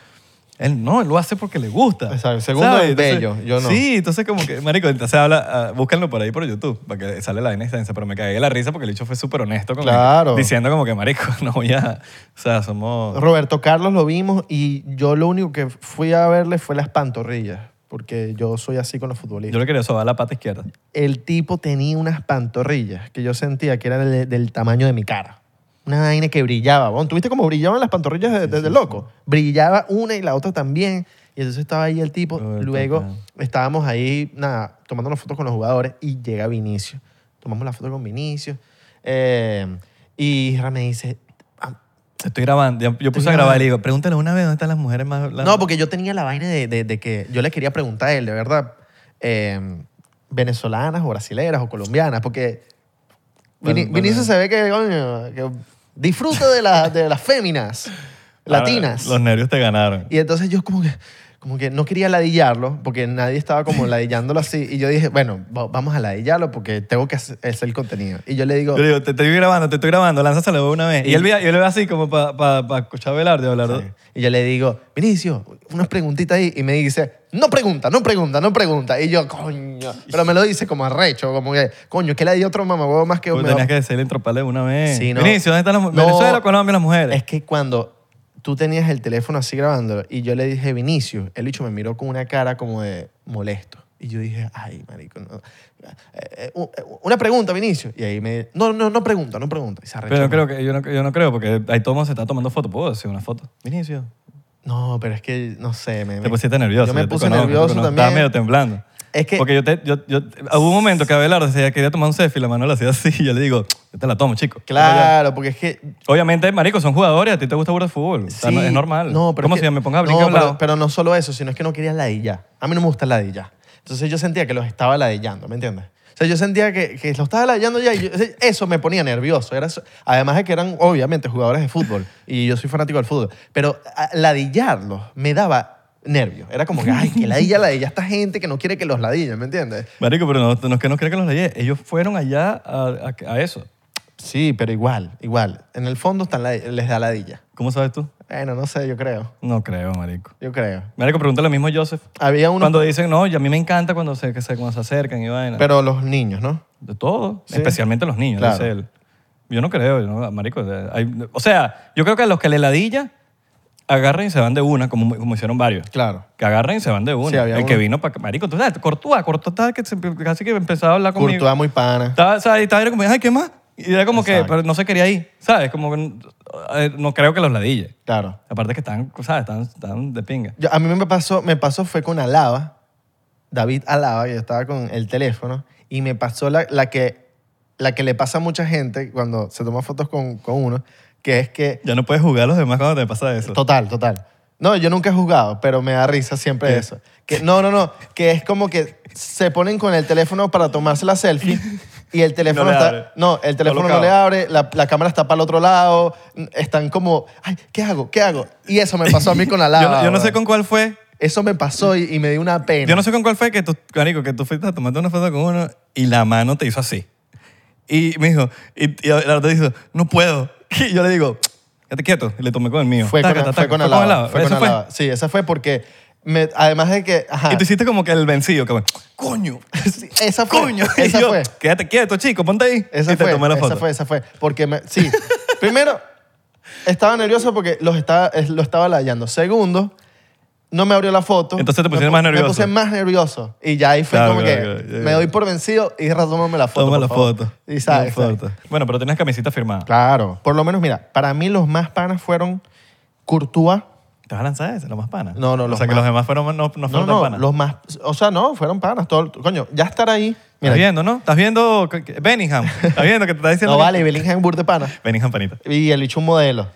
S2: él no, él lo hace porque le gusta.
S1: Exacto. Segundo,
S2: ¿sabes?
S1: es
S2: Entonces-
S1: bello. Yo no.
S2: Sí, entonces como que, marico, entonces habla, ah, búscanlo por ahí por YouTube, para que sale la vaina extensa, pero me cagué de la risa porque el hecho fue súper honesto con
S1: Claro.
S2: diciendo como que, marico, no voy a, o sea, somos...
S1: Roberto Carlos lo vimos y yo lo único que fui a verle fue las pantorrillas, porque yo soy así con los
S2: Yo
S1: futbolistas.
S2: le quería sobar la pata izquierda.
S1: El tipo tenía unas pantorrillas que yo sentía que eran del, del tamaño de mi cara. Una vaina que brillaba. ¿Bon? ¿Tuviste cómo brillaban las pantorrillas de- de- del loco? Brillaba una y la otra también. Y entonces estaba ahí el tipo.
S2: Roberto
S1: Luego
S2: Carlos.
S1: estábamos ahí, nada, tomando las fotos con los jugadores y llega Vinicio. Tomamos la foto con Vinicio. eh, y Isra me dice, "Ah,
S2: Estoy grabando, ya- yo puse
S1: Estoy
S2: a grabar y
S1: grabando.
S2: le digo, pregúntale una vez dónde están las mujeres más... las-
S1: No, porque yo tenía la vaina de, de- de que yo le quería preguntar a él, de verdad, eh, venezolanas o brasileras o colombianas, porque Vini-
S2: Bueno,
S1: Vinicius
S2: bueno.
S1: se ve que, coño, que disfruta de, la- de las féminas
S2: Ahora,
S1: latinas.
S2: Ah, Los nervios te ganaron.
S1: Y entonces yo como que, como que no quería ladillarlo, porque nadie estaba como ladillándolo así. Y yo dije, bueno, va- vamos a ladillarlo porque tengo que hacer hacer el contenido. Y yo le digo,
S2: Yo le digo, te te estoy grabando, te estoy grabando, lánzaselo una vez. Y,
S1: Y-
S2: él, ve- y él ve así como para pa, pa escuchar velar, de Pues hablar.
S1: Sí. Y yo le digo, Vinicio, unas preguntitas ahí. Y me dice, no pregunta, no pregunta, no pregunta. Y yo, coño. Pero me lo dice como arrecho, como que, coño, ¿qué le di otro mamagüevo más que
S2: Tú
S1: me va-
S2: tenías que decirle entroparle una vez.
S1: Sí, no.
S2: Vinicio, ¿dónde están las mujeres?
S1: No.
S2: Venezuela, Colombia, las mujeres.
S1: Es que cuando tú tenías el teléfono así grabándolo y yo le dije, Vinicio, el bicho me miró con una cara como de molesto. Y yo dije, ay, marico, no. Eh, eh, u- eh, una pregunta, Vinicio. Y ahí me no, no, no pregunta, no pregunta. Y se arrechó.
S2: Pero yo, creo que, yo, no, yo no creo, porque ahí todo el mundo se está tomando fotos. ¿Puedo decir una foto? Vinicio.
S1: No, pero es que, no sé. Me,
S2: Te
S1: me-
S2: pusiste nervioso.
S1: Yo me
S2: te
S1: puse
S2: conozco, te
S1: nervioso
S2: conozco.
S1: también.
S2: Estaba medio temblando.
S1: Es que-
S2: Porque yo te, yo, yo, hubo un momento que Abelardo decía, quería tomar un selfie, y la mano la hacía así, y yo le digo, yo te la tomo, chico.
S1: Claro, porque es que
S2: Obviamente, marico, son jugadores, a ti te gusta burda de fútbol. O sea, no- es normal.
S1: No, pero
S2: ¿Cómo
S1: es
S2: si
S1: que-
S2: me ponga a brincar
S1: no,
S2: al
S1: pero,
S2: lado?
S1: pero no solo eso, sino es que no quería ladillar. A mí no me gusta ladillar. Entonces yo sentía que los estaba ladillando, ¿me entiendes? O sea, yo sentía que, que los estaba ladillando ya y yo- eso me ponía nervioso. Era eso. Además de que eran, obviamente, jugadores de fútbol y yo soy fanático del fútbol. Pero a- ladillarlos me daba nervios. Era como que, ay, que ladilla, ladilla esta gente que no quiere que los ladillen, ¿me entiendes?
S2: Marico, pero no, no es que no creo que los leyes. Ellos fueron allá a, a- a eso.
S1: Sí, pero igual, igual. En el fondo están ladi- les da ladilla.
S2: ¿Cómo sabes tú?
S1: Bueno, no sé, yo creo.
S2: No creo, marico.
S1: Yo creo.
S2: Marico, pregunta lo mismo a Joseph.
S1: Había uno,
S2: Cuando dicen, no, y a mí me encanta cuando se, que se, cuando se acercan y vaina.
S1: pero los niños, ¿no?
S2: de todo,
S1: Sí.
S2: especialmente los niños,
S1: Claro.
S2: dice él. Yo no creo, yo no, marico. o sea, hay- o sea, yo creo que a los que le ladilla, agarran y se van de una, como, como hicieron varios.
S1: Claro.
S2: Que agarran y se van de una.
S1: Sí, había
S2: el
S1: uno.
S2: que vino para... Marico, tú sabes, Cortúa, Cortúa estaba que se- casi que empezaba a hablar conmigo.
S1: Courtois muy pana.
S2: Estaba, o sea, y estaba como, ay, ¿qué más? Y era como que,
S1: Exacto.
S2: pero no se quería ir, ¿sabes? Como que no- eh, no creo que los ladille.
S1: Claro.
S2: Aparte que están, ¿sabes? Están, están de pinga.
S1: Yo- a mí me pasó, me pasó fue con Alaba, David Alaba, que yo estaba con el teléfono, y me pasó la, la que, la que le pasa a mucha gente cuando se toma fotos con, con uno, que es que...
S2: Ya no puedes jugar a los demás cuando te pasa eso.
S1: Total, total. No, yo nunca he juzgado, pero me da risa siempre
S2: ¿Qué?
S1: eso. Que, no, no, no, que es como que se ponen con el teléfono para tomarse la selfie y el teléfono
S2: le
S1: está...
S2: abre.
S1: No, el teléfono
S2: Colocado.
S1: no le abre, la, la cámara está para el otro lado, están como, ay, ¿qué hago? ¿Qué hago? Y eso me pasó a mí con
S2: Yo
S1: Alaba.
S2: no- yo, no sé
S1: weón.
S2: con cuál fue
S1: Eso me pasó y, y me dio una pena.
S2: Yo no sé con cuál fue que tú, marico, que tú fuiste a tomarte una foto con uno y la mano te hizo así. Y me dijo, y, y la otra dijo, no puedo. Y yo le digo, quédate quieto. Y le tomé con el mío.
S1: Fue,
S2: Taca,
S1: con,
S2: taca,
S1: fue
S2: taca.
S1: con Alaba. Fue con
S2: Eso fue.
S1: Alaba. Sí, esa fue porque. me- además de que. ajá,
S2: Y tú hiciste como que el vencido, cabrón. Coño.
S1: Sí, esa fue.
S2: Coño. Y
S1: Esa
S2: yo,
S1: fue.
S2: Quédate quieto, chico, ponte ahí.
S1: Esa
S2: y te
S1: fue,
S2: tomé la foto.
S1: esa fue, esa fue. Porque, me- sí, primero, estaba nervioso porque los estaba, es- lo estaba layando. Segundo, no me abrió la foto.
S2: Entonces te
S1: Me
S2: pusieron
S1: pu-
S2: más nervioso.
S1: Me puse más nervioso. Y ya ahí fue
S2: Claro,
S1: como
S2: claro,
S1: que
S2: claro, ya,
S1: me
S2: ya.
S1: doy por vencido y tómame la foto.
S2: Toma
S1: por
S2: la
S1: favor.
S2: foto.
S1: Y sabes,
S2: Toma la
S1: sabes.
S2: foto. Bueno, pero tenías camisita firmada.
S1: Claro. Por lo menos, mira, para mí los más panas fueron Courtois.
S2: ¿Te vas a lanzar esa, la más pana?
S1: No, no,
S2: O
S1: los
S2: sea, que
S1: más-
S2: los demás fueron, no, no
S1: No,
S2: fueron tan
S1: no,
S2: panas.
S1: los más... O sea, no, fueron panas. Todo, coño, ya estar ahí... Mira,
S2: Estás viendo, ¿no? Estás viendo que- que- Bellingham. Estás viendo que te está diciendo.
S1: no
S2: que-
S1: vale, Bellingham Bur de pana.
S2: Bellingham, panita.
S1: Y el bicho un modelo.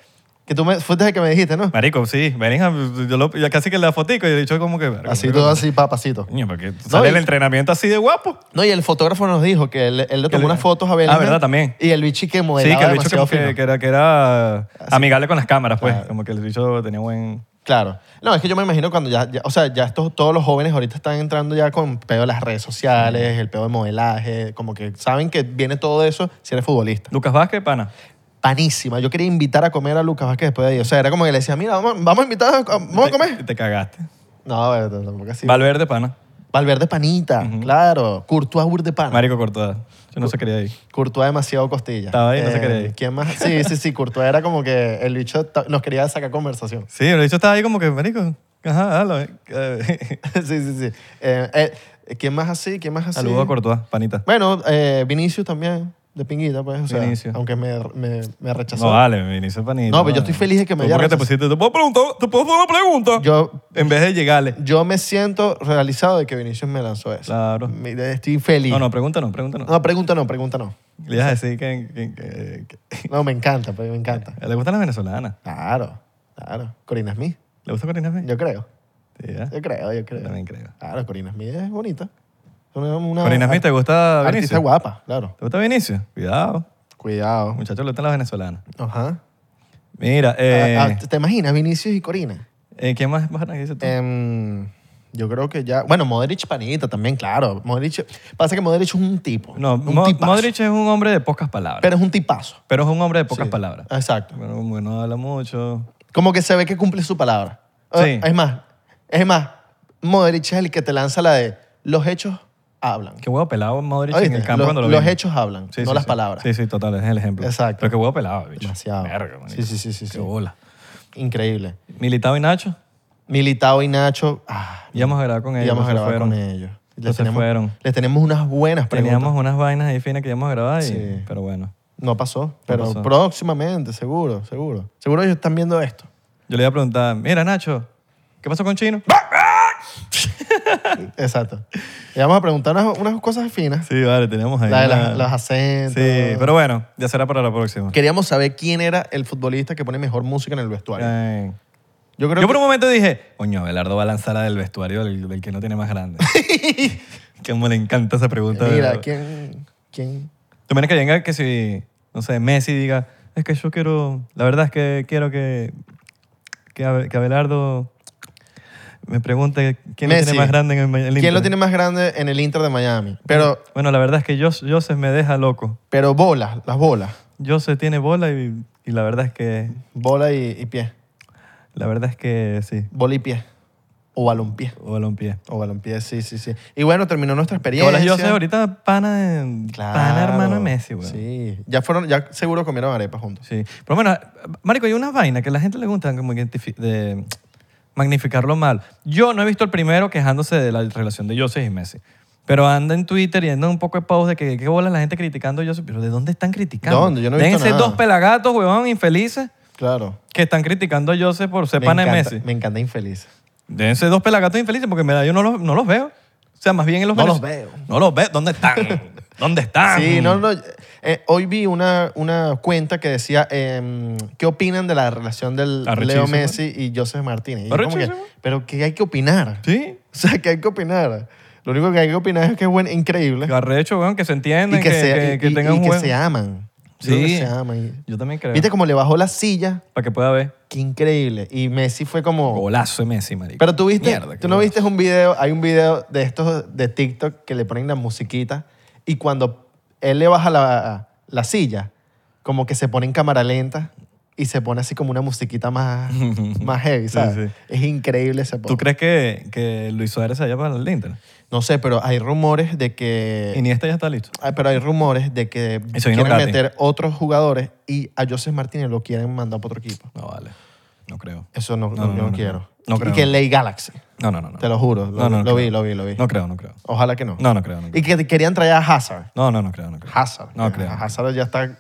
S1: Que tú me, fuiste el que me dijiste, ¿no?
S2: Marico, sí, Bellingham. Yo lo, ya casi que la fotico y he dicho como que. verga,
S1: Así
S2: marico,
S1: todo así, papacito.
S2: Coño, porque sale
S1: y-
S2: el entrenamiento así de guapo.
S1: No, y el fotógrafo nos dijo que él, él le tomó
S2: le-
S1: unas fotos a Bellingham.
S2: Ah, ¿verdad? También.
S1: Y el bicho que
S2: Sí,
S1: modelaba
S2: que el bicho
S1: demasiado
S2: como que,
S1: fino.
S2: que era, que era amigable con las cámaras, pues.
S1: Claro.
S2: Como que el bicho tenía buen.
S1: Claro. No, es que yo me imagino cuando ya, ya- o sea, ya estos, todos los jóvenes ahorita están entrando ya con pedo de las redes sociales, el pedo de modelaje, como que saben que viene todo eso si eres futbolista.
S2: Lucas Vázquez, pana.
S1: Panísima. Yo quería invitar a comer a Lucas Vázquez después de ahí. O sea, era como que le decía, mira, vamos, vamos a invitar, a, vamos a
S2: Te-
S1: comer.
S2: Te, cagaste.
S1: No, eh, tampoco así.
S2: Valverde, pana.
S1: Valverde panita, claro. Courtois burde pana.
S2: Marico Cortada. Yo
S1: Uh.
S2: no sé qué quería ir.
S1: Courtois demasiado costilla. Eh,
S2: Estaba ahí, no se quería ir.
S1: ¿Quién más? Sí, sí, sí. Courtois era como que el bicho ta- nos quería sacar conversación.
S2: Sí, el bicho estaba ahí como que, Marico. Ajá, dalo. eh.
S1: sí, sí, sí. Eh, eh, ¿Quién más así? ¿Quién más así?
S2: Saludos a Courtois, panita.
S1: Bueno, eh, Vinicius también, de pinguita, pues. O sea,
S2: Vinicius.
S1: Aunque me, me, me rechazó.
S2: No ah. vale, me inició panita.
S1: No, pero yo estoy feliz de que me haya
S2: ¿Por qué te
S1: rechazado.
S2: pusiste? ¿Te puedo preguntar? ¿Te puedo hacer una pregunta?
S1: yo,
S2: En vez de llegarle.
S1: yo me siento realizado de que Vinicius me lanzó eso.
S2: Claro.
S1: Me- Estoy feliz.
S2: No, no, pregunta no, pregunta no.
S1: No, pregunta no, pregunta no.
S2: Le ibas a decir que, que- que- que-
S1: No, me encanta, pues, me encanta.
S2: ¿Le gustan las venezolanas?
S1: Claro, claro. Corina Smith,
S2: ¿Le gusta Corina Smith?
S1: yo creo.
S2: Sí, ¿eh?
S1: Yo creo, yo creo.
S2: También creo.
S1: Claro, Corina Smith es bonita. Una, una
S2: ¿Corina Smith te gusta
S1: artista
S2: Vinicius?
S1: guapa, claro.
S2: ¿Te gusta Vinicius? Cuidado.
S1: Cuidado.
S2: Muchachos, le gustan las venezolanas.
S1: Ajá.
S2: Mira, eh,
S1: Ah, ah, ¿Te imaginas Vinicius y Corina?
S2: eh, ¿quién más más que dices tú?
S1: Em, yo creo que ya... Bueno, Modric panita también, claro. Modric... Pasa que Modric es un tipo.
S2: no,
S1: un
S2: Mo-
S1: tipazo.
S2: Modric es un hombre de pocas palabras. Pero,
S1: Pero es un tipazo.
S2: es un hombre de pocas
S1: Sí, Ah.
S2: palabras.
S1: Exacto.
S2: Bueno, como que no habla mucho.
S1: Como que se ve que cumple su palabra. Ah,
S2: Sí.
S1: Es más, es más, Modric es el que te lanza la de los hechos hablan.
S2: Qué huevo pelado Modric en
S1: ¿Oíste?
S2: el campo
S1: Los-
S2: cuando lo
S1: los
S2: vimos.
S1: hechos hablan,
S2: Sí,
S1: no
S2: sí,
S1: las
S2: sí.
S1: palabras.
S2: Sí, sí, total, es el ejemplo.
S1: Exacto.
S2: Pero qué huevo pelado, bicho.
S1: Demasiado.
S2: Verga,
S1: Sí,
S2: marico.
S1: sí, sí, sí,
S2: Qué
S1: sí.
S2: bola.
S1: Increíble.
S2: Militao y Nacho,
S1: Militao y Nacho, ah,
S2: íbamos a grabar con ellos.
S1: íbamos a
S2: no se
S1: grabar
S2: fueron.
S1: con ellos. Les
S2: No se
S1: tenemos,
S2: fueron.
S1: Les tenemos unas buenas preguntas.
S2: Teníamos unas vainas ahí finas que íbamos a grabar, y-
S1: Sí.
S2: pero bueno.
S1: No pasó, pero
S2: pasó.
S1: próximamente, seguro, seguro. Seguro ellos están viendo esto.
S2: Yo le iba a preguntar, mira Nacho, ¿qué pasó con Chino?
S1: Exacto. Le vamos a preguntar unas, unas cosas finas.
S2: Sí, vale, teníamos ahí.
S1: La de
S2: una-
S1: las, los acentos.
S2: Sí, pero bueno, ya será para la próxima.
S1: Queríamos saber quién era el futbolista que pone mejor música en el vestuario.
S2: Ay.
S1: Yo creo
S2: Eh, Yo
S1: que...
S2: por un momento dije, coño, Belardo va a lanzar la del vestuario del, del que no tiene más grande. Como le encanta esa pregunta. de-
S1: Mira, ¿quién...? ¿Quién...?
S2: Tú menos que venga que si, no sé, Messi diga, es que yo quiero, la verdad es que quiero que, que, Abe- que Abelardo me pregunte quién lo
S1: Messi.
S2: tiene más grande en el, Ma- el Inter".
S1: ¿Quién lo tiene más grande en el Inter de Miami? Pero,
S2: Bueno, la verdad es que Jos- Joseph me deja loco.
S1: pero bolas, las bolas.
S2: Joseph tiene bola y, y la verdad es que,
S1: Bola y, y pie.
S2: la verdad es que sí,
S1: Bola y pie. O balompié.
S2: o balompié.
S1: O balompié, sí, sí, sí. Y bueno, terminó nuestra
S2: Que
S1: experiencia.
S2: bola Joseph ahorita pana, de,
S1: Claro.
S2: pana hermano de Messi, güey.
S1: Sí. Ya fueron, ya seguro comieron arepas juntos.
S2: Sí. Por lo menos, Marico, hay una vaina que a la gente le gusta como identifi- de magnificarlo mal. Yo no he visto el primero quejándose de la relación de Joseph y Messi. Pero anda en Twitter y anda un poco de post de que qué bola la gente criticando a Joseph. Pero ¿de dónde están criticando?
S1: ¿Dónde? Yo no he visto
S2: Déjense
S1: nada.
S2: dos pelagatos, huevón, infelices,
S1: Claro.
S2: que están criticando a Joseph por ser pana de
S1: encanta,
S2: Messi.
S1: Me encanta infeliz.
S2: Déjense dos pelagatos infelices porque en verdad yo no los, no los veo. O sea, más bien en los
S1: No los
S2: venez-
S1: veo.
S2: No los veo. ¿Dónde están? ¿Dónde están?
S1: Sí, no, no. eh, hoy vi una, una cuenta que decía em, ¿qué opinan de la relación del
S2: Arrechísimo.
S1: Leo Messi y Joseph Martínez? Y yo como que,
S2: Arrechísimo.
S1: pero ¿qué hay que opinar?
S2: ¿Ah, Sí.
S1: O sea, ¿qué hay que opinar? Lo único que hay que opinar es que es buen, increíble.
S2: Arrecho, weón, que se entienden,
S1: y que,
S2: que,
S1: se,
S2: que-
S1: y-
S2: que
S1: y-
S2: tengan
S1: y
S2: un
S1: que
S2: juego.
S1: se aman. Yo creo que
S2: Sí.
S1: se ama y-
S2: Yo también creo.
S1: ¿Viste cómo le bajó la silla?
S2: Para que pueda ver.
S1: Qué increíble. Y Messi fue como...
S2: Golazo de Messi, marico.
S1: Pero tú viste,
S2: Mierda, qué
S1: tú no
S2: golazo.
S1: viste un video, hay un video de estos de TikTok que le ponen la musiquita y cuando él le baja la, la silla, como que se pone en cámara lenta y se pone así como una musiquita más, más heavy, ¿sabes?
S2: Sí, sí.
S1: Es increíble ese
S2: ¿Tú
S1: poco.
S2: crees que, que Luis Suárez se vaya para el Inter?
S1: No sé, pero hay rumores de que...
S2: Iniesta ya está listo.
S1: ah, Pero hay rumores de que
S2: Y se vino
S1: quieren
S2: gratis.
S1: meter otros jugadores y a José Martínez lo quieren mandar para otro equipo.
S2: No vale. No creo.
S1: Eso no,
S2: No,
S1: no-
S2: no,
S1: yo no
S2: no,
S1: quiero.
S2: no. No
S1: y
S2: creo.
S1: que Ley Galaxy,
S2: No, no, no. no.
S1: te lo juro. Lo,
S2: No, no, no
S1: lo vi,
S2: creo.
S1: lo vi, lo vi.
S2: No creo, no creo.
S1: Ojalá que no.
S2: No, no creo. No
S1: Y
S2: creo.
S1: que te querían traer a Hazard.
S2: No, no, no creo. No creo.
S1: Hazard.
S2: No
S1: Ya,
S2: creo.
S1: Hazard ya está
S2: No,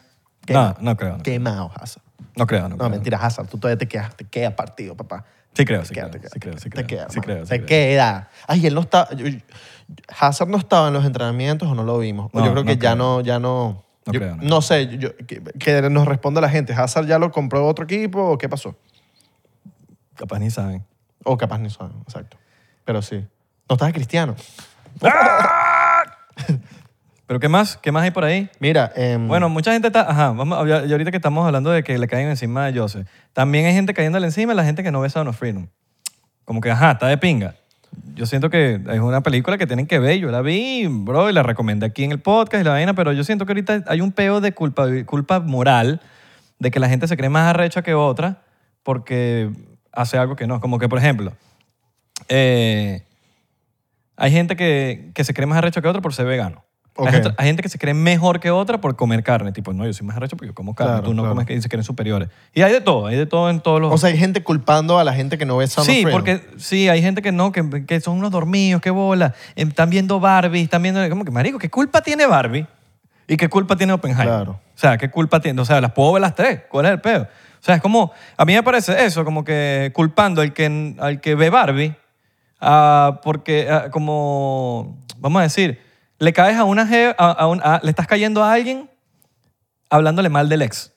S1: quemado.
S2: no creo. No creo.
S1: Quemado, Hazard.
S2: No creo.
S1: No,
S2: creo.
S1: mentira, Hazard. Tú todavía te quedas, te queda partido, papá.
S2: Sí creo,
S1: Te
S2: sí
S1: queda,
S2: creo.
S1: te queda,
S2: Sí creo, sí
S1: te
S2: creo.
S1: queda,
S2: Sí
S1: man.
S2: creo, sí
S1: te
S2: creo.
S1: queda. Ay, él no está. yo- yo- Hazard no estaba en los entrenamientos o no lo vimos. O
S2: No,
S1: yo creo que
S2: no
S1: ya
S2: creo.
S1: no, ya no.
S2: No
S1: yo-
S2: creo, no
S1: sé, yo- que, que nos responda la gente. ¿Hazard ya lo compró otro equipo o qué pasó?
S2: Capaz ni saben.
S1: O capaz ni saben, exacto. Pero sí. No estaba Cristiano.
S2: ¿Pero qué más? ¿Qué más hay por ahí?
S1: Mira, em,
S2: Bueno, mucha gente está... Ajá, vamos a hablar- y ahorita que estamos hablando de que le caen encima a Jose. También hay gente cayéndole encima a la gente que no ve Sound of Freedom. Como que, ajá, está de pinga. Yo siento que es una película que tienen que ver. Yo la vi, bro, y la recomendé aquí en el podcast y la vaina, pero yo siento que ahorita hay un peo de culpa, culpa moral de que la gente se cree más arrecha que otra porque hace algo que no. Como que, por ejemplo, eh, hay gente que, que se cree más arrecho que otra por ser vegano.
S1: Ok.
S2: Hay, otra- hay gente que se cree mejor que otra por comer carne. Tipo, no, yo soy más arrecho porque yo como carne.
S1: Claro,
S2: tú no
S1: claro.
S2: comes que y se creen superiores. Y hay de todo, hay de todo en todos los...
S1: o sea, hay gente culpando a la gente que no ve Sound of
S2: sí,
S1: Freedom.
S2: porque sí, hay gente que no, que, que son unos dormidos, que bola. Eh, Están viendo Barbie, están viendo... Como que, marico, ¿qué culpa tiene Barbie? ¿Y qué culpa tiene Oppenheimer?
S1: Claro.
S2: O sea, ¿qué culpa tiene? O sea, las puedo ver las tres. ¿Cuál es el peo? O sea, es como... A mí me parece eso, como que culpando al que, al que ve Barbie ah, porque ah, como... Vamos a decir, le caes a una... je- a- a un- a- le estás cayendo a alguien hablándole mal del ex.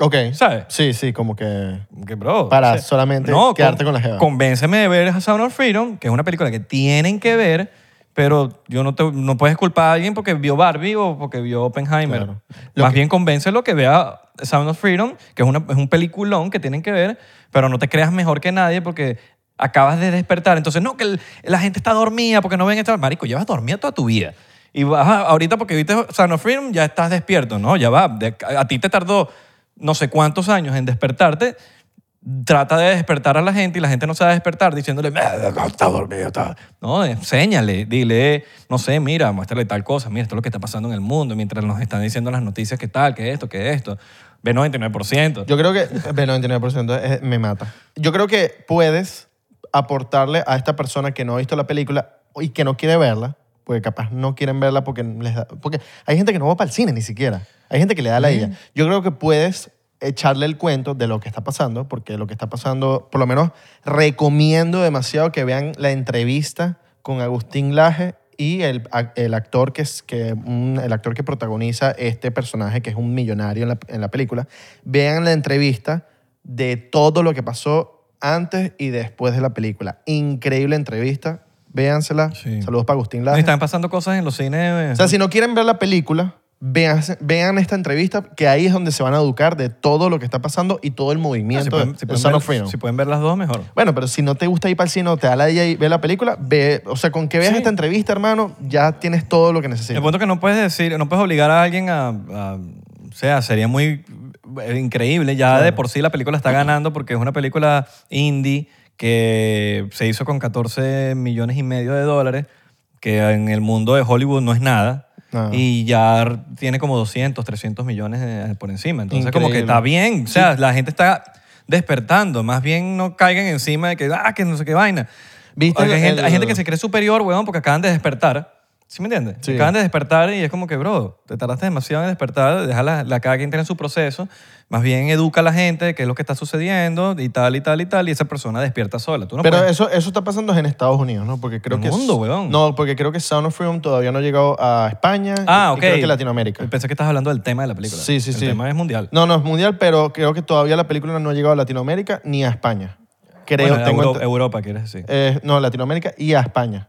S1: Ok.
S2: ¿Sabes?
S1: Sí, sí, como que...
S2: Que, bro,
S1: Para solamente quedarte con la jeva.
S2: Convénceme de ver Sound of Freedom, que es una película que tienen que ver, pero yo no, te, no puedes culpar a alguien porque vio Barbie o porque vio Oppenheimer.
S1: Claro. Lo
S2: Más
S1: que-
S2: bien convéncelo que vea Sound of Freedom, que es, una- es un peliculón que tienen que ver, pero no te creas mejor que nadie porque acabas de despertar. Entonces, no, que el- la gente está dormida porque no ven esta... Marico, llevas dormida toda tu vida. Y vas a- ahorita porque viste Sound of Freedom ya estás despierto, ¿no? Ya va. De- a ti te tardó no sé cuántos años en despertarte trata de despertar a la gente y la gente no sabe despertar diciéndole, "Ah, no, está dormido, está. No, enséñale, dile, no sé, mira, muéstrale tal cosa, mira, esto es lo que está pasando en el mundo, mientras nos están diciendo las noticias que tal, que esto, que esto. Ve 99%.
S1: Yo creo que... ve, 99% es- me mata. Yo creo que puedes aportarle a esta persona que no ha visto la película y que no quiere verla, porque capaz no quieren verla porque les da- Porque hay gente que no va para el cine ni siquiera. Hay gente que le da la idea. Yo creo que puedes echarle el cuento de lo que está pasando, porque lo que está pasando, por lo menos recomiendo demasiado que vean la entrevista con Agustín Laje y el, ac- el actor que es que un- el actor que protagoniza este personaje que es un millonario en la, en la película vean la entrevista de todo lo que pasó antes y después de la película increíble entrevista véansela
S2: Sí.
S1: saludos para Agustín
S2: Nos
S1: Laje
S2: están pasando cosas en los cines.
S1: o sea, si no quieren ver la película, vean, vean esta entrevista, que ahí es donde se van a educar de todo lo que está pasando y todo el
S2: Ah, si
S1: movimiento
S2: pueden-
S1: de-
S2: si
S1: de
S2: pueden
S1: Sound
S2: ver-
S1: of Freedom.
S2: si pueden ver las dos, mejor.
S1: Bueno, pero si no te gusta ir para el cine o te da la idea y ver la película, ve, o sea, con que veas
S2: Sí.
S1: esta entrevista, hermano, ya tienes todo lo que necesitas.
S2: El punto es que no puedes decir, no puedes obligar a alguien a, a- o sea, sería muy eh, increíble. Ya de por sí la película está ganando porque es una película indie que se hizo con 14 millones y medio de dólares, que en el mundo de Hollywood no es nada.
S1: Ah.
S2: Y ya r- tiene como 200, 300 millones eh, por encima. Entonces como que
S1: Increíble.
S2: está bien. O sea, la gente está despertando. Más bien no caigan encima de que, ah, que no sé qué vaina.
S1: ¿Viste
S2: Porque hay,
S1: el-
S2: gente, hay gente que
S1: el-
S2: se cree superior, weón, porque acaban de despertar. ¿Sí me entiendes?
S1: Sí.
S2: Acaban de despertar y es como que, bro, te tardaste demasiado en despertar, deja la, la- cada quien tiene su proceso, más bien educa a la gente de qué es lo que está sucediendo y tal y tal y tal, y esa persona despierta sola. Tú no
S1: pero
S2: puedes-
S1: eso, eso está pasando en Estados Unidos, ¿no? Porque creo
S2: pues. El
S1: que...
S2: mundo, weón.
S1: No, porque creo que Sound of Freedom todavía no ha llegado a España y-
S2: ah, ok.
S1: y creo que Latinoamérica.
S2: Pensé que estás hablando del tema de la película.
S1: Sí, sí,
S2: El
S1: sí.
S2: tema es mundial.
S1: No, no es mundial, pero creo que todavía la película no ha llegado a Latinoamérica ni a España. Creo,
S2: Bueno,
S1: tengo
S2: Euro-
S1: ent-
S2: Europa, quieres decir.
S1: Eh, no, Latinoamérica y a España.